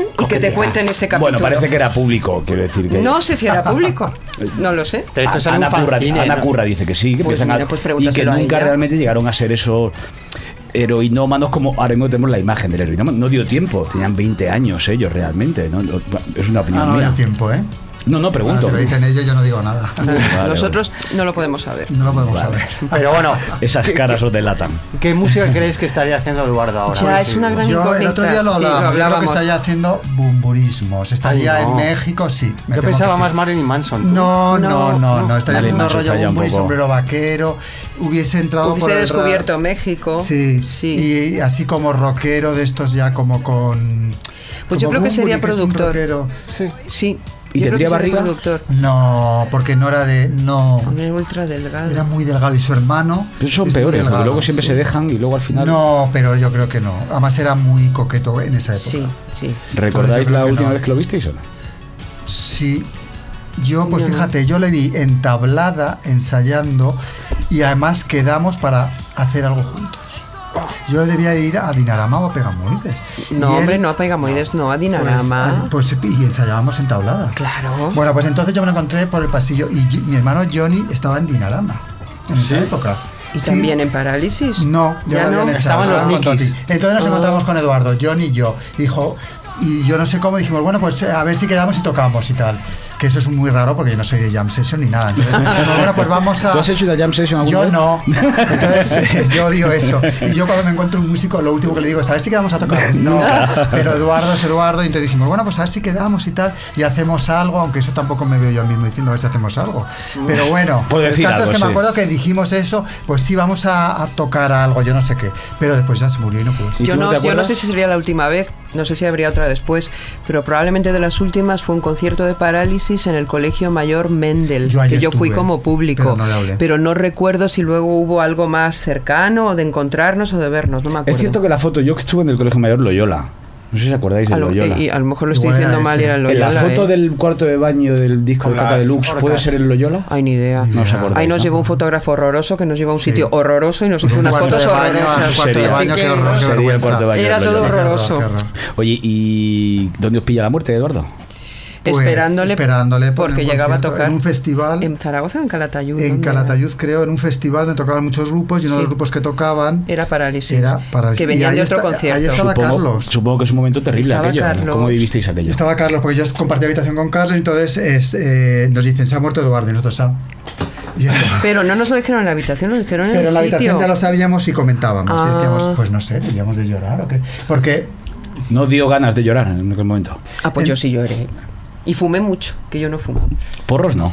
Speaker 3: y que te
Speaker 2: Coquetea.
Speaker 3: cuenten ese
Speaker 2: Bueno,
Speaker 3: capítulo.
Speaker 2: parece que era público, quiero decir que.
Speaker 3: No sé si era público. No lo sé.
Speaker 7: De hecho, sale
Speaker 2: Ana,
Speaker 7: un
Speaker 2: Curra,
Speaker 7: fanzine,
Speaker 2: Ana
Speaker 7: ¿no?
Speaker 2: Curra dice que sí, que
Speaker 3: Pues
Speaker 2: empiezan a-
Speaker 3: mira, pues
Speaker 2: y que
Speaker 3: pregúntaselo a
Speaker 2: nunca
Speaker 3: ella.
Speaker 2: realmente llegaron a ser esos heroinómanos como ahora mismo tenemos la imagen del heroinómano. No dio tiempo, tenían 20 años ellos realmente. ¿no? No, es una
Speaker 4: No,
Speaker 2: opinión
Speaker 4: no
Speaker 2: mía.
Speaker 4: da tiempo, ¿eh?
Speaker 2: No, no,
Speaker 4: Bueno,
Speaker 2: pregunto.
Speaker 4: si lo dicen ellos, yo no digo nada.
Speaker 2: Vale,
Speaker 3: Nosotros no lo podemos saber.
Speaker 4: No lo podemos
Speaker 2: Vale.
Speaker 4: saber.
Speaker 7: Pero bueno,
Speaker 2: Esas caras os delatan.
Speaker 7: ¿qué música creéis que estaría haciendo Eduardo ahora?
Speaker 3: Ya,
Speaker 7: A ver
Speaker 3: es
Speaker 7: si-
Speaker 3: una gran
Speaker 4: Yo el
Speaker 3: incógnita.
Speaker 4: otro día lo
Speaker 3: Sí, lo
Speaker 4: hablábamos. yo creo que
Speaker 3: hablábamos.
Speaker 4: estaría haciendo bumburismos. Estaría
Speaker 7: Ay, no.
Speaker 4: en México, sí. me
Speaker 7: Yo
Speaker 4: temo
Speaker 7: pensaba
Speaker 4: que sí.
Speaker 7: más Marilyn Manson.
Speaker 4: No, no, no, no, Estaría
Speaker 2: Vale,
Speaker 4: haciendo
Speaker 2: macho,
Speaker 4: rollo
Speaker 2: falla un
Speaker 4: bumburi,
Speaker 2: poco.
Speaker 4: sombrero vaquero. Hubiese entrado por
Speaker 3: Hubiese
Speaker 4: el ra-
Speaker 3: descubierto México.
Speaker 4: Sí,
Speaker 3: sí.
Speaker 4: sí. Y así como rockero de estos ya como con.
Speaker 3: Pues yo
Speaker 4: como
Speaker 3: creo que
Speaker 4: Bunbury,
Speaker 3: sería
Speaker 4: es un
Speaker 3: productor.
Speaker 4: rockero.
Speaker 3: Sí.
Speaker 2: ¿Y
Speaker 3: Yo creo
Speaker 2: tendría
Speaker 3: que sería
Speaker 2: barriga?
Speaker 3: Productor.
Speaker 4: No, porque no era de. No.
Speaker 3: Hombre, ultra delgado.
Speaker 4: Era muy delgado y su hermano.
Speaker 2: Pero son
Speaker 4: es muy
Speaker 2: peores, porque
Speaker 4: delgado,
Speaker 2: luego siempre
Speaker 4: sí.
Speaker 2: se dejan y luego al final.
Speaker 4: No, pero yo creo que no. Además era muy coqueto en esa época.
Speaker 3: Sí, sí.
Speaker 2: ¿Recordáis
Speaker 4: Yo creo
Speaker 2: la
Speaker 4: que
Speaker 2: última
Speaker 4: no.
Speaker 2: vez que lo visteis o no?
Speaker 4: Sí. Yo, pues
Speaker 3: No.
Speaker 4: fíjate, yo le vi entablada, ensayando, y además quedamos para hacer algo juntos. Yo debía ir a Dinarama o a Pegamoides. Y
Speaker 3: No,
Speaker 4: él,
Speaker 3: hombre, no a Pegamoides, no a
Speaker 4: pues,
Speaker 3: Dinarama.
Speaker 4: al- Pues, y ensayábamos entablada.
Speaker 3: Claro.
Speaker 4: Bueno, pues entonces yo me lo encontré por el pasillo y yo- mi hermano Johnny estaba en Dinarama en esa época.
Speaker 3: y
Speaker 4: Sí.
Speaker 3: también en Parálisis.
Speaker 4: No, Ah, yo
Speaker 3: Ya
Speaker 4: lo habían
Speaker 3: no. Oh.
Speaker 4: echado,
Speaker 7: Estaban los
Speaker 4: estaba con
Speaker 7: Nikis.
Speaker 4: Toti. Entonces nos encontramos con Eduardo, John y yo. Dijo, y yo no sé cómo dijimos, bueno, pues eh, a ver si quedamos y tocamos y tal. Que eso es muy raro porque yo no soy de jam session ni nada. Entonces, dijimos, bueno, pues vamos a.
Speaker 2: ¿Tú has hecho una jam session alguna
Speaker 4: Yo
Speaker 2: vez?
Speaker 4: no. Entonces, eh, yo digo eso. Y yo cuando me encuentro un músico, lo último que le digo es, a ver si quedamos a tocar. No, pero Eduardo es Eduardo. Y entonces dijimos, bueno, pues a ver si quedamos y tal. Y hacemos algo, aunque eso tampoco me veo yo mismo diciendo, a ver si hacemos algo. Pero bueno,
Speaker 2: Puedo
Speaker 4: el
Speaker 2: decir
Speaker 4: caso
Speaker 2: algo,
Speaker 4: es que
Speaker 2: sí.
Speaker 4: me acuerdo que dijimos eso, pues sí, vamos a, a tocar algo, yo no sé qué. Pero después ya se murió y no pudo ser.
Speaker 2: ¿Y
Speaker 3: Yo
Speaker 2: tú
Speaker 3: no,
Speaker 2: te
Speaker 3: yo no
Speaker 2: acuerdas?
Speaker 3: sé si sería la última vez, no sé si habría otra después, pero probablemente de las últimas fue un concierto de parálisis en el Colegio Mayor Mendel,
Speaker 4: Yo allí
Speaker 3: que yo fui
Speaker 4: estuve,
Speaker 3: como público,
Speaker 4: pero no le hablé.
Speaker 3: pero no recuerdo si luego hubo algo más cercano o de encontrarnos o de vernos, no me acuerdo.
Speaker 2: Es cierto que la foto, yo que estuve en el Colegio Mayor Loyola. No sé si acordáis de
Speaker 3: a lo,
Speaker 2: Loyola.
Speaker 3: y a lo mejor lo estoy
Speaker 4: Igual era
Speaker 3: diciendo mal y
Speaker 4: ese.
Speaker 3: era
Speaker 4: En
Speaker 2: En
Speaker 3: Loyola.
Speaker 2: la foto
Speaker 3: ¿eh?
Speaker 2: del cuarto de baño del disco de
Speaker 5: Con
Speaker 2: Caca
Speaker 5: las
Speaker 2: Deluxe, ¿puede
Speaker 5: orcas.
Speaker 2: ser el Loyola?
Speaker 3: Ay, ni idea.
Speaker 2: No os acordáis,
Speaker 3: Ahí nos
Speaker 2: ¿no?
Speaker 3: llevó un fotógrafo horroroso que nos llevó a un
Speaker 4: Sí.
Speaker 3: sitio horroroso y nos hizo
Speaker 4: Un
Speaker 3: unas
Speaker 4: cuarto
Speaker 3: fotos
Speaker 4: de baño,
Speaker 3: horrorosas.
Speaker 4: un cuarto de
Speaker 3: Así
Speaker 4: baño,
Speaker 3: que-
Speaker 4: qué horror, qué
Speaker 2: Sería el
Speaker 4: vergüenza.
Speaker 2: cuarto de baño
Speaker 3: Era
Speaker 2: de
Speaker 3: todo
Speaker 2: Loyola.
Speaker 4: "Ah, Qué horror,
Speaker 3: horroroso.
Speaker 4: qué horror.
Speaker 2: Oye, ¿y dónde os pilla la muerte, Eduardo?
Speaker 4: Pues,
Speaker 3: esperándole,
Speaker 4: esperándole por
Speaker 3: porque
Speaker 4: un
Speaker 3: llegaba a
Speaker 4: concierto,
Speaker 3: tocar
Speaker 4: en un festival.
Speaker 3: en Zaragoza o en Calatayud
Speaker 4: En
Speaker 3: ¿Dónde era?
Speaker 4: Calatayud, creo, en un festival donde tocaban muchos grupos y uno de
Speaker 3: Sí.
Speaker 4: los grupos que tocaban
Speaker 3: Era Parálisis.
Speaker 4: Era Parálisis.
Speaker 3: Que
Speaker 4: Y
Speaker 3: venían
Speaker 4: ahí
Speaker 3: de otro
Speaker 4: está- ahí
Speaker 3: concierto.
Speaker 4: estaba- Carlos.
Speaker 2: supongo que es un momento terrible
Speaker 3: Estaba
Speaker 2: aquello.
Speaker 3: Carlos.
Speaker 2: ¿Cómo vivisteis aquello?
Speaker 4: Estaba Carlos, porque yo compartía habitación con Carlos, y entonces es, eh, nos dicen, se ha muerto Eduardo, y nosotros, "Ah". Y esto-
Speaker 3: Pero no nos lo dijeron en la habitación, lo dijeron en
Speaker 4: Pero en
Speaker 3: el
Speaker 4: la
Speaker 3: sitio.
Speaker 4: habitación ya lo sabíamos y comentábamos. Y
Speaker 3: Ah.
Speaker 4: decíamos, pues no sé, debíamos de llorar o qué. Porque
Speaker 2: No dio ganas de llorar en aquel momento.
Speaker 3: Ah, pues yo sí lloré. Y fumé mucho, que yo no fumo.
Speaker 2: Porros no.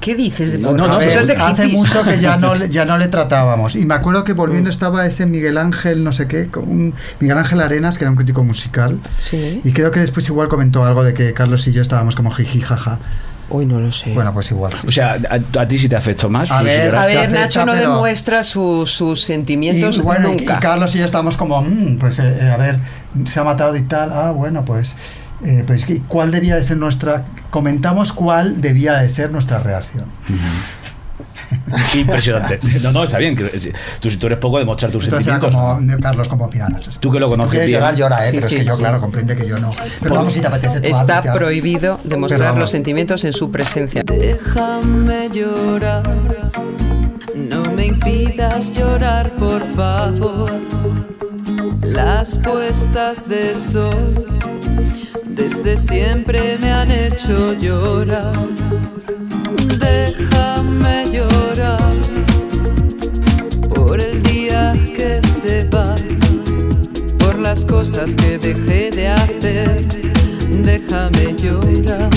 Speaker 3: ¿Qué dices de
Speaker 2: No,
Speaker 3: porro?
Speaker 2: no, no,
Speaker 4: a
Speaker 3: Eso
Speaker 4: ver,
Speaker 3: es de
Speaker 4: hace
Speaker 3: hippies. Mm.
Speaker 4: mucho que ya no, le- ya no le tratábamos. Y me acuerdo que volviendo estaba ese Miguel Ángel, no sé qué, con un- Miguel Ángel Arenas, que era un crítico musical.
Speaker 3: Sí.
Speaker 4: Y creo que después igual comentó algo de que Carlos y yo estábamos como jiji, jaja.
Speaker 3: Uy, no lo sé.
Speaker 4: Bueno, pues igual. sí.
Speaker 2: O sea, a, a ti sí te afectó más. pues,
Speaker 4: A
Speaker 2: sí,
Speaker 4: ver,
Speaker 2: lloraste.
Speaker 3: a ver,
Speaker 4: afecta,
Speaker 3: Nacho no
Speaker 4: pero-
Speaker 3: demuestra su- sus sentimientos
Speaker 4: Y, bueno, y-
Speaker 3: nunca.
Speaker 4: y Carlos y yo estábamos como, "Mm, pues eh, eh, a ver, se ha matado y tal. Ah, bueno, pues, eh, pues ¿y ¿cuál debía de ser nuestra? Comentamos cuál debía de ser nuestra reacción.
Speaker 2: Impresionante. No, no, está bien. que- eh, Tú, si tú eres poco, demostrar tus
Speaker 4: Entonces era
Speaker 2: sentimientos.
Speaker 4: como eh, Carlos como mira, Nacho, si
Speaker 2: Tú que lo conoces
Speaker 4: quieres
Speaker 2: bien.
Speaker 4: llorar, llora, eh,
Speaker 3: Sí,
Speaker 4: pero
Speaker 3: sí,
Speaker 4: es que yo
Speaker 3: sí.
Speaker 4: claro comprende que yo no. Pero vamos si te apetece tú hablas, te
Speaker 3: Está
Speaker 4: hablo.
Speaker 3: prohibido
Speaker 4: Pero
Speaker 3: demostrar
Speaker 4: vamos.
Speaker 3: los sentimientos en su presencia.
Speaker 8: Déjame llorar, no me impidas llorar, por favor. Las puestas de sol desde siempre me han hecho llorar. Déjame llorar,
Speaker 11: cosas que dejé de hacer, déjame llorar.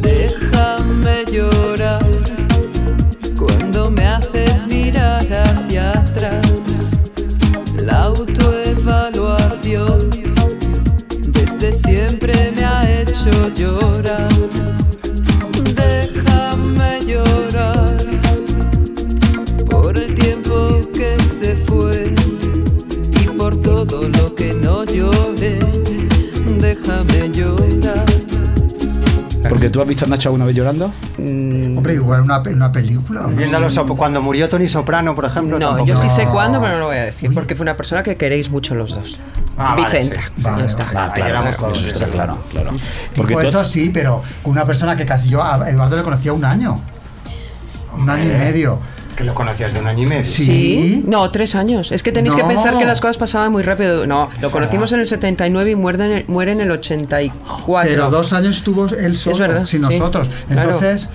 Speaker 11: Déjame llorar cuando me haces mirar hacia atrás. La autoevaluación desde siempre me ha hecho llorar. Déjame llorar por el tiempo que se fue y por todo lo que no lloré. Déjame llorar.
Speaker 2: Porque tú has visto a Nacho alguna vez llorando.
Speaker 4: Hombre, igual una, pe- una película.
Speaker 7: Viendo los op- cuando murió Tony Soprano, por ejemplo.
Speaker 3: No,
Speaker 7: tampoco.
Speaker 3: yo
Speaker 7: Ah,
Speaker 3: sí sé cuándo, pero no lo voy a decir, porque fue una persona que queréis mucho los dos.
Speaker 7: Ah, vale,
Speaker 3: Vicenta.
Speaker 7: sí.
Speaker 3: Ya
Speaker 7: Vale,
Speaker 3: está.
Speaker 7: vale, vale, éramos todos,
Speaker 2: Ah, eso está
Speaker 7: sí.
Speaker 2: claro, claro.
Speaker 4: Porque
Speaker 2: Porque tú-
Speaker 4: Pues eso sí, pero con una persona que casi yo, a Eduardo le conocía un año. Un año y
Speaker 7: Eh,
Speaker 4: medio.
Speaker 7: Que lo conocías de un año y medio.
Speaker 4: Sí.
Speaker 3: No, tres años. Es que tenéis que
Speaker 4: No.
Speaker 3: pensar que las cosas pasaban muy rápido. No, lo conocimos en el 79 y muerde en el- muere en el 84.
Speaker 4: Pero dos años estuvo él solo,
Speaker 3: Es verdad,
Speaker 4: sin
Speaker 3: sí.
Speaker 4: nosotros.
Speaker 3: Claro.
Speaker 4: Entonces,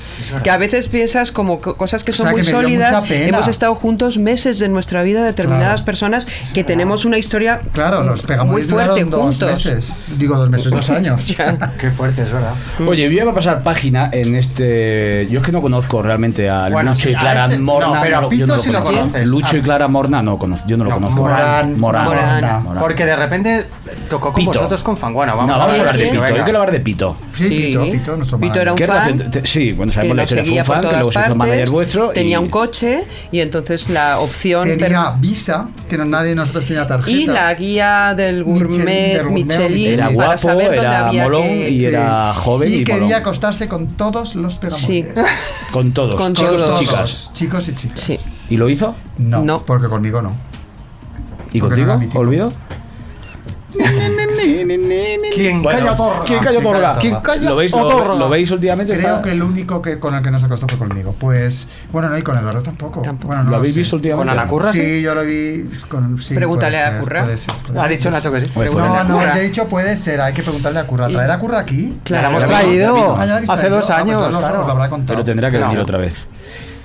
Speaker 3: Que a veces piensas como co- cosas que
Speaker 4: O
Speaker 3: son
Speaker 4: sea,
Speaker 3: muy
Speaker 4: que me dio
Speaker 3: sólidas.
Speaker 4: mucha pena.
Speaker 3: Hemos estado juntos meses de nuestra vida, determinadas personas que tenemos una historia
Speaker 4: claro, los pegamos
Speaker 3: muy fuerte
Speaker 4: dos
Speaker 3: juntos.
Speaker 4: meses. Digo dos meses, dos años.
Speaker 7: Qué fuerte, es verdad.
Speaker 2: Oye, yo ya voy a pasar página en este. Yo es que no conozco realmente a
Speaker 7: Bueno,
Speaker 2: Lucho
Speaker 7: sí,
Speaker 2: y
Speaker 7: a
Speaker 2: Clara
Speaker 7: este-
Speaker 2: Morna.
Speaker 7: no, pero a
Speaker 2: yo
Speaker 7: Pito sí lo
Speaker 2: conozco.
Speaker 7: conoces.
Speaker 2: Lucho
Speaker 7: Ah.
Speaker 2: y Clara Morna no conozco. Yo no lo conozco.
Speaker 7: Morán,
Speaker 2: Morán.
Speaker 7: Morán.
Speaker 2: Morán.
Speaker 7: Porque de repente tocó con
Speaker 2: Pito.
Speaker 7: vosotros con Fanguana.
Speaker 2: No,
Speaker 7: Vamos, ¿eh?
Speaker 2: vamos a hablar de Pito. Hay
Speaker 7: venga.
Speaker 2: que hablar de Pito.
Speaker 4: Sí, Pito, Pito,
Speaker 3: Pito
Speaker 4: nuestro manager.
Speaker 3: era un
Speaker 2: ¿Qué
Speaker 3: fan.
Speaker 2: relación te- te- sí, bueno,
Speaker 3: que
Speaker 2: sabemos la
Speaker 3: lo
Speaker 2: historia. Fue
Speaker 3: seguía
Speaker 2: un
Speaker 3: por
Speaker 2: fan que
Speaker 3: todas
Speaker 2: luego se hizo
Speaker 3: partes,
Speaker 2: manager vuestro. y-
Speaker 3: tenía un coche y entonces la opción
Speaker 4: Tenía
Speaker 3: per-
Speaker 4: visa, que no- nadie de nosotros tenía tarjeta.
Speaker 3: y la guía del
Speaker 4: Michelin,
Speaker 3: gourmet
Speaker 4: del gourmet,
Speaker 3: Michelin
Speaker 4: Michelin.
Speaker 2: Era
Speaker 3: para
Speaker 2: guapo,
Speaker 3: saber dónde
Speaker 2: era
Speaker 3: había
Speaker 2: molón
Speaker 3: que-
Speaker 2: y era joven.
Speaker 4: y
Speaker 2: Y,
Speaker 4: quería
Speaker 2: molón.
Speaker 4: acostarse con todos los pegamontes.
Speaker 3: Sí,
Speaker 2: Con todos.
Speaker 3: Con
Speaker 2: chicos,
Speaker 3: todos.
Speaker 2: Chicas.
Speaker 4: Chicos y chicas.
Speaker 3: sí.
Speaker 2: ¿Y lo hizo?
Speaker 4: No,
Speaker 3: No.
Speaker 4: porque conmigo no.
Speaker 2: ¿Y
Speaker 4: Porque no
Speaker 2: contigo?
Speaker 4: era mi tipo.
Speaker 2: ¿Olvido?
Speaker 7: ¿Quién
Speaker 2: Bueno,
Speaker 7: calla por
Speaker 2: ¿Quién cayó
Speaker 4: ¿Quién
Speaker 2: Torga?
Speaker 4: calla
Speaker 7: ¿Quién calla
Speaker 2: ¿Lo veis,
Speaker 7: Otorga?
Speaker 2: lo, lo veis últimamente?
Speaker 4: Creo
Speaker 2: Está-
Speaker 4: que el único que con el que nos acostó fue conmigo. Pues, bueno, no, y con Eduardo tampoco.
Speaker 3: Tampoco.
Speaker 4: Bueno, no
Speaker 2: ¿Lo habéis
Speaker 4: sé.
Speaker 2: visto últimamente?
Speaker 7: ¿Con Ana Curra?
Speaker 4: Sí,
Speaker 7: sí?
Speaker 4: yo lo vi con... sí,
Speaker 3: Pregúntale
Speaker 4: puede
Speaker 3: a
Speaker 4: ser,
Speaker 3: Curra.
Speaker 4: puede ser, puede
Speaker 7: Ha
Speaker 4: ser.
Speaker 7: dicho Nacho que sí.
Speaker 2: Hombre, pues fue
Speaker 3: Pregúntale
Speaker 4: No,
Speaker 3: a
Speaker 4: no,
Speaker 3: Curra.
Speaker 4: he dicho puede ser, hay que preguntarle a Curra. ¿Traer a Curra aquí?
Speaker 7: La hemos
Speaker 2: Claro.
Speaker 7: traído
Speaker 4: Ah, ya la habéis
Speaker 7: hace
Speaker 4: traído.
Speaker 7: dos
Speaker 4: Ah, pues
Speaker 7: años.
Speaker 4: no nos-
Speaker 7: claro.
Speaker 4: os lo habrá contado.
Speaker 2: Pero tendrá que
Speaker 7: No.
Speaker 2: venir otra vez.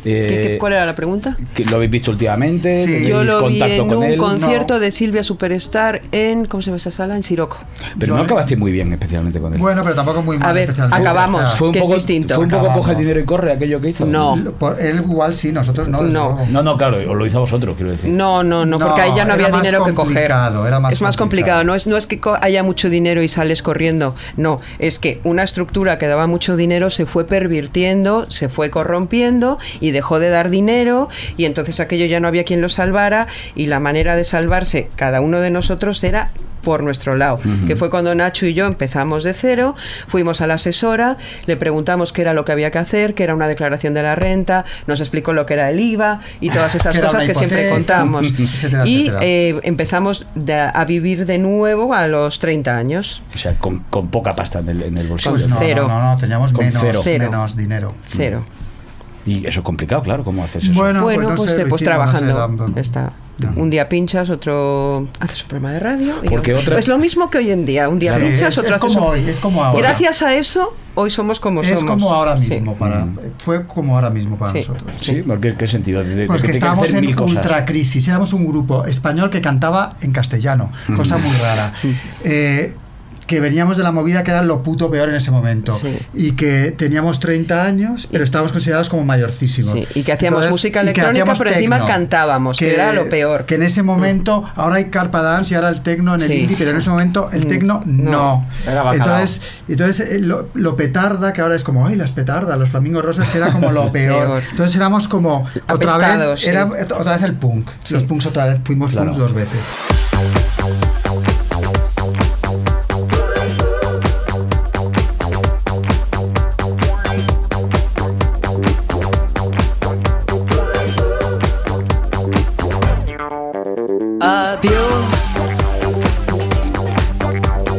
Speaker 3: ¿Qué- qué-
Speaker 2: Eh,
Speaker 3: ¿Cuál era la pregunta?
Speaker 2: que ¿Lo habéis visto últimamente?
Speaker 4: Sí.
Speaker 2: ¿Tenéis
Speaker 3: Yo lo vi
Speaker 2: contacto
Speaker 3: en
Speaker 2: con
Speaker 3: un
Speaker 2: él?
Speaker 3: concierto de Silvia Superstar en, ¿cómo se llama esa sala? En Siroco.
Speaker 2: Pero
Speaker 4: Yo
Speaker 2: no
Speaker 4: le-
Speaker 2: acabaste muy bien especialmente con él.
Speaker 4: Bueno, pero tampoco muy mal.
Speaker 3: ver,
Speaker 4: especialmente,
Speaker 3: acabamos.
Speaker 4: o sea,
Speaker 2: fue un
Speaker 3: que es
Speaker 2: poco,
Speaker 3: distinto.
Speaker 2: Fue un poco
Speaker 4: Acabamos.
Speaker 2: coja el dinero y corre aquello que hizo.
Speaker 3: No.
Speaker 4: por- él igual sí, nosotros no. desde
Speaker 3: No.
Speaker 4: luego.
Speaker 2: No, no, claro, os lo hizo a vosotros, quiero decir.
Speaker 3: No, no, no,
Speaker 4: No,
Speaker 3: porque ahí ya no
Speaker 4: era
Speaker 3: había
Speaker 4: más
Speaker 3: dinero que coger.
Speaker 4: complicado, era más
Speaker 3: es más complicado.
Speaker 4: complicado.
Speaker 3: No, es, no es que co- haya mucho dinero y sales corriendo. No, es que una estructura que daba mucho dinero se fue pervirtiendo, se fue corrompiendo y dejó de dar dinero. Y entonces aquello ya no había quien lo salvara. Y la manera de salvarse cada uno de nosotros era por nuestro lado, que fue cuando Nacho y yo empezamos de cero, fuimos a la asesora, le preguntamos qué era lo que había que hacer, que era una declaración de la renta, nos explicó lo que era el IVA y todas esas
Speaker 4: Ah, Que era
Speaker 3: cosas
Speaker 4: una
Speaker 3: que siempre
Speaker 4: hipoteca,
Speaker 3: contamos.
Speaker 4: etcétera,
Speaker 3: y
Speaker 4: etcétera.
Speaker 3: eh, empezamos de- a vivir de nuevo a los 30 años.
Speaker 2: O sea, con, con poca pasta en el, en el bolsillo.
Speaker 4: Pues no,
Speaker 3: Cero.
Speaker 4: no, no, no, teníamos
Speaker 2: Con
Speaker 4: menos,
Speaker 2: cero.
Speaker 3: Cero.
Speaker 4: menos dinero.
Speaker 3: Cero.
Speaker 2: Y eso es complicado, claro, ¿cómo haces eso?
Speaker 4: Mm. Bueno,
Speaker 3: bueno,
Speaker 4: pues, no
Speaker 3: pues,
Speaker 4: sé,
Speaker 3: eh,
Speaker 4: lo
Speaker 3: pues
Speaker 4: hicimos, no sé,
Speaker 3: trabajando.
Speaker 4: tampoco.
Speaker 3: Está.
Speaker 4: Ya.
Speaker 3: Un día pinchas, otro haces un programa de radio. y
Speaker 2: Porque
Speaker 3: otro-
Speaker 2: otra-
Speaker 3: Es lo mismo que hoy en día. Un día
Speaker 4: Sí,
Speaker 3: pinchas,
Speaker 4: es,
Speaker 3: otro
Speaker 4: es
Speaker 3: haces
Speaker 4: como
Speaker 3: un-
Speaker 4: hoy, es como ahora.
Speaker 3: Gracias a eso, hoy somos como
Speaker 4: es
Speaker 3: somos.
Speaker 4: como ahora
Speaker 3: Sí.
Speaker 4: mismo para,
Speaker 7: Mm.
Speaker 4: fue como ahora mismo para
Speaker 3: Sí.
Speaker 4: nosotros.
Speaker 2: Sí, porque ¿qué sentido? De- de-
Speaker 4: Pues
Speaker 2: de
Speaker 4: que
Speaker 2: te quieres
Speaker 4: estábamos
Speaker 2: hacer
Speaker 4: en
Speaker 2: mil cosas.
Speaker 4: ultra crisis, éramos un grupo español que cantaba en castellano,
Speaker 3: Mm.
Speaker 4: cosa muy rara. Eh, que veníamos de la movida que era lo puto peor en ese momento
Speaker 3: Sí.
Speaker 4: y que teníamos 30 años pero estábamos considerados como mayorcísimos
Speaker 3: Sí, y que hacíamos música
Speaker 4: y que
Speaker 3: electrónica,
Speaker 4: hacíamos
Speaker 3: pero encima
Speaker 4: tecno,
Speaker 3: cantábamos, que era lo peor. Mm.
Speaker 4: que en ese momento ahora hay carpa dance y ahora el tecno en el
Speaker 3: Sí.
Speaker 4: indie pero en ese momento el
Speaker 3: Mm,
Speaker 4: tecno
Speaker 3: no.
Speaker 4: no,
Speaker 7: Era bacalao.
Speaker 4: entonces entonces eh, lo, lo petarda que ahora es como ay las petardas los flamingos rosas que era como lo peor
Speaker 3: Peor.
Speaker 4: entonces éramos como otra
Speaker 3: Apestados,
Speaker 4: vez,
Speaker 3: sí.
Speaker 4: era otra vez el punk.
Speaker 3: Sí.
Speaker 4: Los punks otra vez fuimos
Speaker 2: Claro.
Speaker 4: punks dos veces.
Speaker 11: Adiós.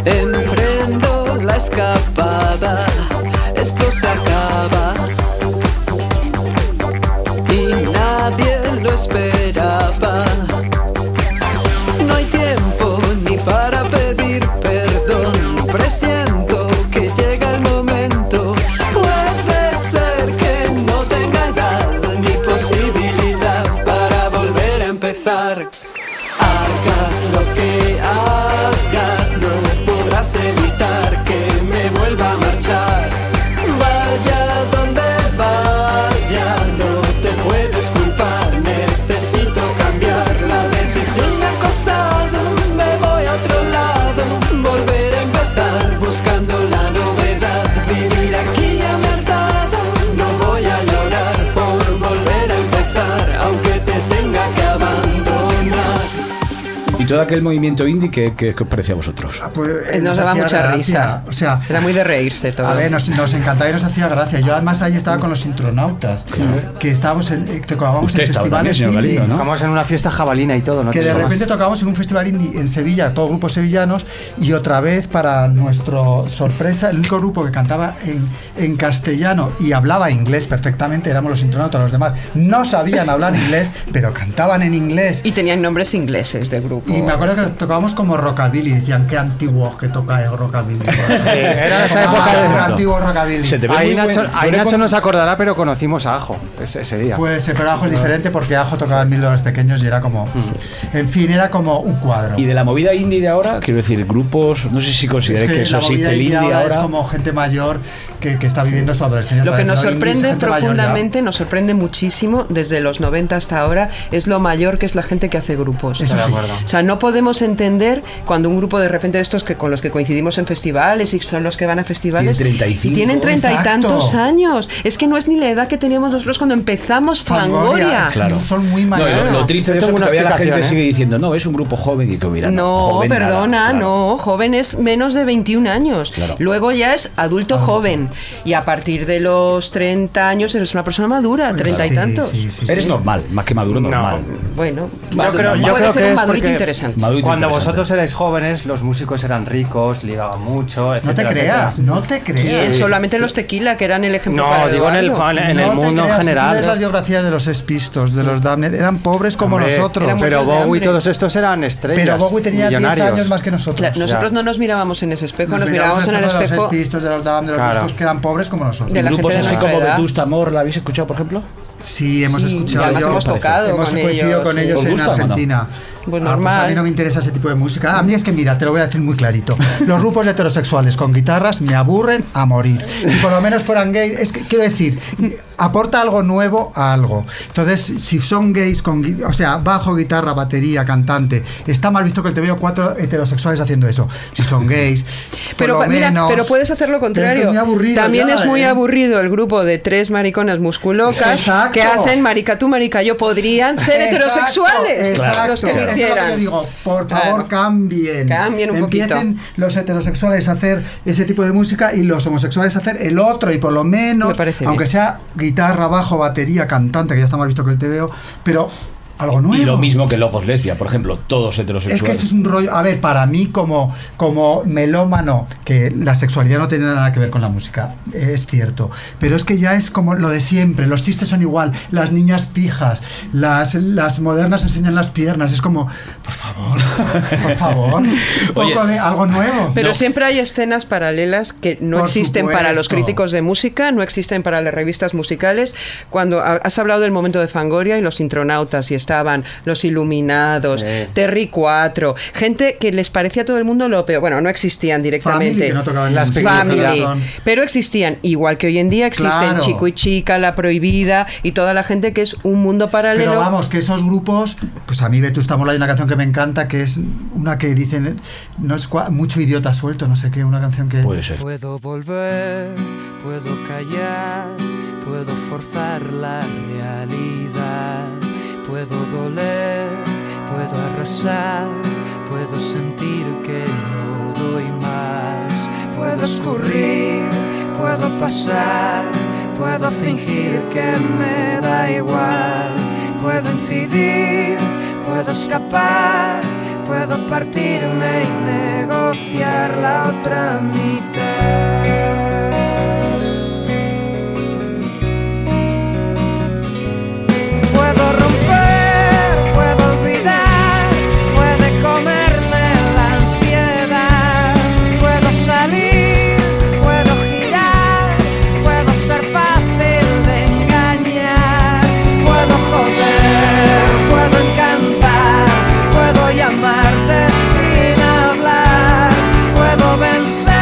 Speaker 11: Emprendo la escapada. Esto se acaba. Y nadie lo esperaba. No hay tiempo ni para pedir perdón. Presiento que llega el momento. Puede ser que no tenga edad ni posibilidad para volver a empezar. Ah.
Speaker 2: todo aquel movimiento indie, ¿qué, qué, qué os parece a vosotros?
Speaker 4: Pues,
Speaker 3: Eh, nos daba
Speaker 4: hacía
Speaker 3: mucha
Speaker 4: gracia,
Speaker 3: risa.
Speaker 4: O sea,
Speaker 3: Era muy de reírse todo.
Speaker 4: A ver, nos, nos encantaba y nos hacía gracia. Yo además ahí estaba con los intronautas, que estábamos en, eh, que tocábamos
Speaker 2: Usted
Speaker 4: en
Speaker 2: estaba
Speaker 4: festivales
Speaker 2: también, señor
Speaker 4: indies.
Speaker 2: Galindo, ¿no?
Speaker 7: Estamos en una fiesta jabalina y todo, ¿no?
Speaker 4: Que
Speaker 7: te
Speaker 4: de
Speaker 7: digo más.
Speaker 4: repente tocábamos en un festival indie en Sevilla, todos grupos sevillanos, y otra vez, para nuestra sorpresa, el único grupo que cantaba en, en castellano y hablaba inglés perfectamente éramos los intronautas, los demás no sabían hablar inglés, pero cantaban en inglés.
Speaker 3: Y tenían nombres ingleses de grupo.
Speaker 4: Y me acuerdo que tocábamos como rockabilly, decían qué antiguo que toca el rockabilly.
Speaker 7: Sí, era esa época
Speaker 4: Ah,
Speaker 7: de-
Speaker 4: qué antiguo rockabilly.
Speaker 2: Se te ve
Speaker 7: Ahí
Speaker 2: muy
Speaker 7: Nacho,
Speaker 2: buen-
Speaker 7: ahí
Speaker 2: yo le
Speaker 7: Nacho
Speaker 2: con-
Speaker 7: nos acordará, pero conocimos a Ajo ese, ese día.
Speaker 4: Pues se pero Ajo es diferente porque Ajo tocaba mil dólares pequeños y era como. En fin, era como un cuadro.
Speaker 2: Y de la movida indie de ahora, quiero decir, grupos, no sé si consideráis que, eso
Speaker 4: la
Speaker 2: existe
Speaker 4: movida
Speaker 2: el
Speaker 4: indie
Speaker 2: indie ahora.
Speaker 4: es como gente mayor que, que está viviendo su adolescencia.
Speaker 3: Lo que nos
Speaker 4: Pero indie es
Speaker 3: sorprende
Speaker 4: gente mayor ya.
Speaker 3: profundamente, nos sorprende muchísimo desde los 90 hasta ahora, es lo mayor que es la gente que hace grupos.
Speaker 4: Eso sí.
Speaker 3: O sea, no podemos entender cuando un grupo de repente de estos que con los que coincidimos en festivales y son los que van a festivales
Speaker 2: Tienen 35.
Speaker 3: y tienen treinta y
Speaker 4: Exacto.
Speaker 3: tantos años. Es que no es ni la edad que teníamos nosotros cuando empezamos
Speaker 4: Fangoria,
Speaker 3: Fangoria.
Speaker 4: es Claro. Son muy
Speaker 2: No, y lo-
Speaker 4: mayores.
Speaker 2: lo, triste de
Speaker 7: Yo
Speaker 2: eso es
Speaker 7: tengo
Speaker 2: que
Speaker 7: una
Speaker 2: todavía la gente
Speaker 7: explicación, ¿eh?
Speaker 2: sigue diciendo, no, es un grupo joven y que mira,
Speaker 3: No,
Speaker 2: joven nada,
Speaker 3: perdona,
Speaker 2: claro.
Speaker 3: no, joven es menos de 21 años.
Speaker 2: Claro.
Speaker 3: Luego ya es adulto joven. Y a partir de los 30 años eres una persona madura, 30 y
Speaker 4: Sí,
Speaker 3: tantos.
Speaker 4: sí, sí, sí.
Speaker 2: Eres normal, más que maduro,
Speaker 7: No.
Speaker 2: normal.
Speaker 3: Bueno,
Speaker 7: Yo
Speaker 3: madu-
Speaker 7: creo, yo
Speaker 3: puede
Speaker 7: creo
Speaker 3: ser
Speaker 7: que
Speaker 3: un
Speaker 7: es
Speaker 3: madurito
Speaker 7: porque
Speaker 3: interesante.
Speaker 2: Madurito
Speaker 7: Cuando
Speaker 2: interesante.
Speaker 7: vosotros erais jóvenes, los músicos eran ricos, ligaban mucho,
Speaker 4: No te
Speaker 7: etcétera,
Speaker 4: creas,
Speaker 7: etcétera.
Speaker 4: no te
Speaker 3: Bien,
Speaker 4: creas.
Speaker 3: solamente los tequila, que eran el ejemplo para
Speaker 7: No, digo en el,
Speaker 3: Eduardo.
Speaker 7: fan- en el
Speaker 4: No te
Speaker 7: mundo en
Speaker 4: creas, si tú lees las
Speaker 7: general.
Speaker 4: biografías de los espistos, de los Damned, eran pobres como
Speaker 7: Hombre,
Speaker 4: nosotros.
Speaker 3: Era muy-
Speaker 7: Pero
Speaker 3: de
Speaker 7: Bowie
Speaker 3: hambre.
Speaker 7: y todos estos eran estrellas.
Speaker 4: Pero Bowie tenía 10
Speaker 7: millonarios.
Speaker 4: años más que nosotros.
Speaker 3: Claro, nosotros
Speaker 7: Ya.
Speaker 3: no nos mirábamos en ese espejo, nos, mirábamos en el
Speaker 4: de
Speaker 3: espejo.
Speaker 4: los espistos, de los Damned, de los
Speaker 7: Claro.
Speaker 4: grupos que eran pobres como nosotros.
Speaker 3: De la
Speaker 2: grupos
Speaker 3: gente de
Speaker 2: así
Speaker 3: nuestra
Speaker 2: como
Speaker 3: edad.
Speaker 2: Vetusta Amor, ¿la habéis escuchado, por ejemplo?
Speaker 4: Sí, hemos
Speaker 3: Sí, y
Speaker 4: escuchado.
Speaker 3: además
Speaker 4: yo-
Speaker 3: hemos tocado
Speaker 4: Hemos
Speaker 3: con
Speaker 4: coincidido
Speaker 3: ellos.
Speaker 4: con ellos
Speaker 2: ¿Os
Speaker 4: en
Speaker 2: gusta o no?
Speaker 4: Argentina.
Speaker 3: Pues
Speaker 4: Ah,
Speaker 3: normal.
Speaker 4: a mí no me interesa ese tipo de música. A mí es que, mira, te lo voy a decir muy clarito. Los grupos heterosexuales con guitarras me aburren a morir. Si por lo menos fueran gays, es que quiero decir, aporta algo nuevo a algo. Entonces, si son gays con, gui- o sea, bajo, guitarra, batería, cantante, está mal visto que te veo cuatro heterosexuales haciendo eso. Si son gays, por
Speaker 3: Pero,
Speaker 4: lo
Speaker 3: pa- mira,
Speaker 4: menos-
Speaker 3: pero puedes hacer lo
Speaker 4: Pero es que es
Speaker 3: contrario.
Speaker 4: muy aburrido
Speaker 3: También
Speaker 4: ya,
Speaker 3: es muy
Speaker 4: ¿eh?
Speaker 3: aburrido el grupo de tres mariconas musculocas
Speaker 4: Exacto.
Speaker 3: que hacen marica tú, marica yo. Podrían ser
Speaker 4: Exacto,
Speaker 3: heterosexuales
Speaker 4: Exacto.
Speaker 3: los que lo
Speaker 4: Eso es
Speaker 3: hicieran.
Speaker 4: que yo digo, por favor,
Speaker 3: Claro.
Speaker 4: cambien.
Speaker 3: Cambien un
Speaker 4: Empiecen los heterosexuales a hacer ese tipo de música y los homosexuales a hacer el otro y por lo menos,
Speaker 3: Me parece
Speaker 4: aunque
Speaker 3: bien.
Speaker 4: sea guitarra, bajo, batería, cantante, que ya está mal visto que el te veo, pero algo nuevo.
Speaker 2: Y lo mismo que Lobos Lesbia, por ejemplo, todos
Speaker 4: Es que
Speaker 2: heterosexuales.
Speaker 4: eso es un rollo. A ver, para mí, como, como melómano, que la sexualidad no tiene nada que ver con la música, es cierto. Pero es que ya es como lo de siempre: los chistes son igual, las niñas pijas, las, las modernas enseñan las piernas. Es como, por favor, por favor, un poco
Speaker 2: Oye.
Speaker 4: de algo nuevo.
Speaker 3: Pero
Speaker 2: No.
Speaker 3: siempre hay escenas paralelas que no
Speaker 4: Por
Speaker 3: existen para los
Speaker 4: supuesto.
Speaker 3: críticos de música, no existen para las revistas musicales. Cuando ha- has hablado del momento de Fangoria y los intronautas, y estaban los Iluminados,
Speaker 7: Sí.
Speaker 3: Terry 4, gente que les parecía a todo el mundo lo peor. Bueno, no existían
Speaker 4: Family,
Speaker 3: directamente.
Speaker 4: que no tocaban
Speaker 7: Las
Speaker 4: música,
Speaker 7: pequeñas
Speaker 4: pero
Speaker 3: Family.
Speaker 4: son-
Speaker 3: Pero existían, igual que hoy en día existen
Speaker 4: Claro.
Speaker 3: Chico y Chica, La Prohibida y toda la gente que es un mundo paralelo.
Speaker 4: Pero vamos, que esos grupos, pues a mí Vetusta Morla hay una canción que me encanta, que es una que dicen, no es cua- mucho idiota suelto, no sé qué, una canción que...
Speaker 2: Puede ser.
Speaker 8: Puedo volver, puedo callar, puedo forzar la realidad, puedo doler, puedo arrasar, puedo sentir que no doy más, puedo escurrir, puedo pasar, puedo fingir que me da igual, puedo incidir, puedo escapar, puedo partirme y negociar la otra mitad. Puedo romper, puedo olvidar, puede comerme la ansiedad. Puedo salir, puedo girar, puedo ser fácil de engañar. Puedo joder, puedo encantar, puedo llamarte sin hablar. Puedo vencer,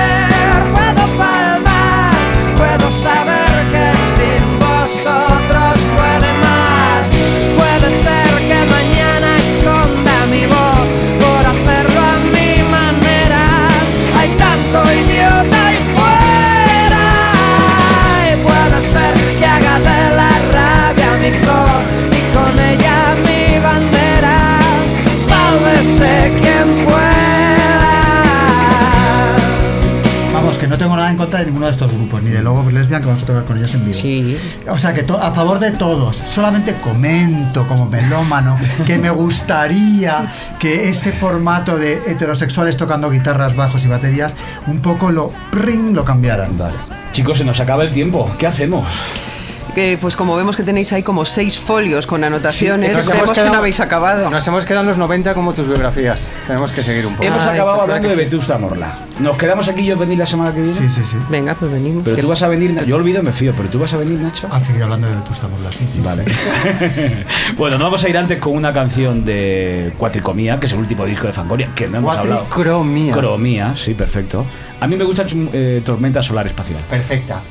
Speaker 4: en contra de ninguno de estos grupos, ni de Love of Lesbian, que vamos a tocar con ellos en vivo. O sea que to- a favor de todos, solamente comento como melómano que me gustaría que ese formato de heterosexuales tocando guitarras, bajos y baterías, un poco lo pring, lo cambiaran.
Speaker 2: Chicos, se nos acaba el tiempo. ¿Qué hacemos?
Speaker 3: Que, pues como vemos que tenéis ahí como seis folios con
Speaker 7: Sí,
Speaker 3: anotaciones,
Speaker 7: nos
Speaker 3: vemos
Speaker 7: hemos
Speaker 3: que no
Speaker 7: quedado-
Speaker 3: habéis acabado.
Speaker 7: Nos hemos quedado en los 90 como tus biografías. Tenemos que seguir un
Speaker 5: Em,
Speaker 7: poco.
Speaker 2: Hemos
Speaker 4: pues
Speaker 2: acabado hablando de Vetusta Morla. ¿Nos quedamos aquí y yo venir la semana que viene? Sí,
Speaker 4: sí, sí.
Speaker 3: Venga, pues venimos.
Speaker 2: Pero tú vas a venir, Ah, yo olvido, me fío, pero tú vas a venir, Nacho.
Speaker 4: A Ah, seguir hablando de tus amorlas, sí, sí. Vale.
Speaker 2: Bueno, nos vamos a ir antes con una canción de Cuatricomía, que es el último disco de Fangoria, que no hemos hablado.
Speaker 7: Cuatricromía.
Speaker 2: Cromía, sí, perfecto. A mí me gusta chum- eh, Tormenta Solar Espacial.
Speaker 7: Perfecta.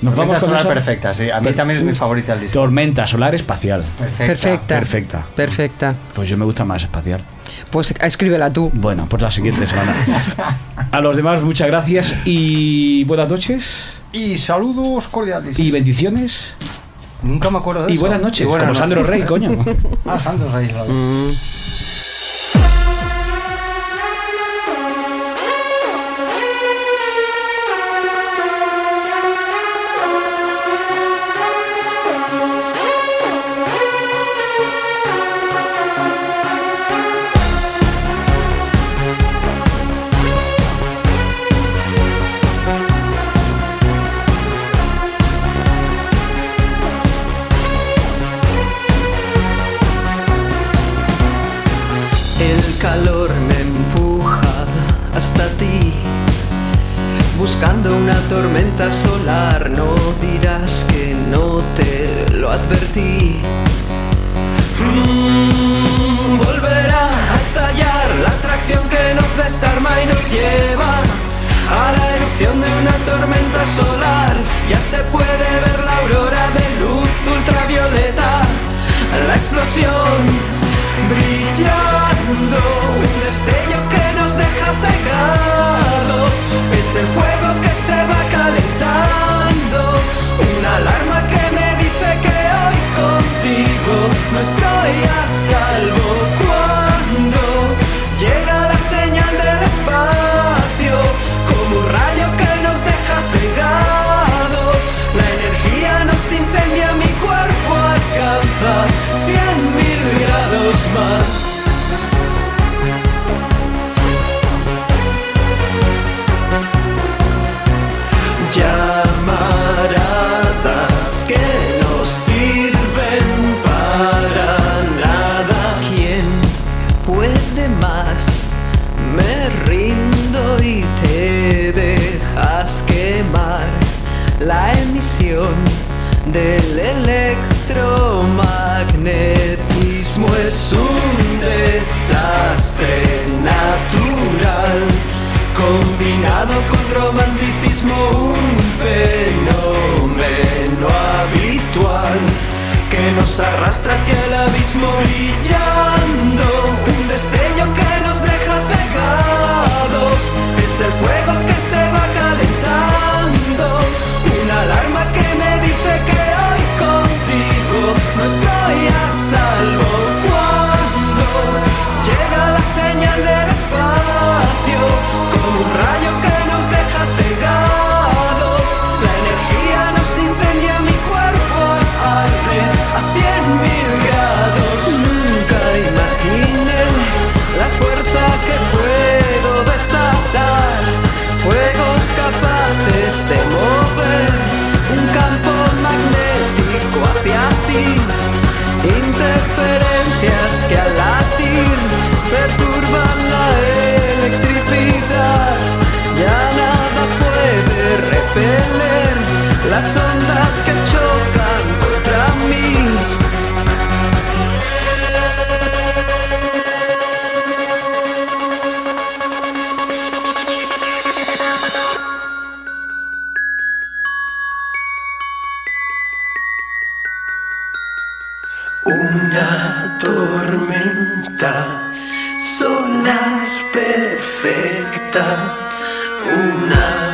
Speaker 2: Nos
Speaker 7: Tormenta
Speaker 2: con
Speaker 7: Solar
Speaker 2: esa.
Speaker 7: Perfecta, sí. A mí
Speaker 2: Per-
Speaker 7: también es mi favorita el disco.
Speaker 2: Tormenta Solar Espacial.
Speaker 3: Perfecta.
Speaker 2: Perfecta.
Speaker 3: Perfecta.
Speaker 2: Pues yo me gusta más espacial.
Speaker 3: Pues escríbela tú.
Speaker 2: Bueno, pues la siguiente semana. A los demás, muchas gracias y buenas noches.
Speaker 5: Y saludos cordiales.
Speaker 2: Y bendiciones.
Speaker 7: Nunca me acuerdo
Speaker 5: de
Speaker 2: Y
Speaker 5: eso.
Speaker 2: buenas noches,
Speaker 5: Y buenas
Speaker 2: como Sandro
Speaker 5: noches.
Speaker 2: Rey, coño.
Speaker 5: Ah, Sandro Rey. vale.
Speaker 11: El calor me empuja hasta ti, buscando una tormenta solar. No dirás que no te lo advertí. Mm, volverá a estallar la atracción que nos desarma y nos lleva a la erupción de una tormenta solar. Ya se puede ver la aurora de luz ultravioleta, la explosión brillando un destello que nos deja cegados es el fuego que se va calentando una alarma que me dice que hoy contigo no estoy a salvo cuando llega la señal del espacio como un rayo que nos deja cegados la energía nos incendia mi cuerpo alcanza cien mil grados más llamaradas que no sirven para nada. ¿Quién puede más? Me rindo y te dejas quemar la emisión del electromagnetismo es un desastre natural combinado con romanticismo un fenómeno habitual que nos arrastra hacia el abismo brillando un destello que nos deja cegados es el fuego que se va calentando una alarma que me dice que hoy contigo no estoy a salvo cuando Llega la señal del espacio, como un rayo que nos deja cegados. La energía nos incendia, mi cuerpo arde a cien mil grados. Nunca imaginé la fuerza que puedo desatar. Juegos capaces de mover un campo magnético hacia ti. Interferencias que al latir perturban la electricidad. Ya nada puede repeler las ondas que chocan contra mí. Una tormenta solar perfecta, una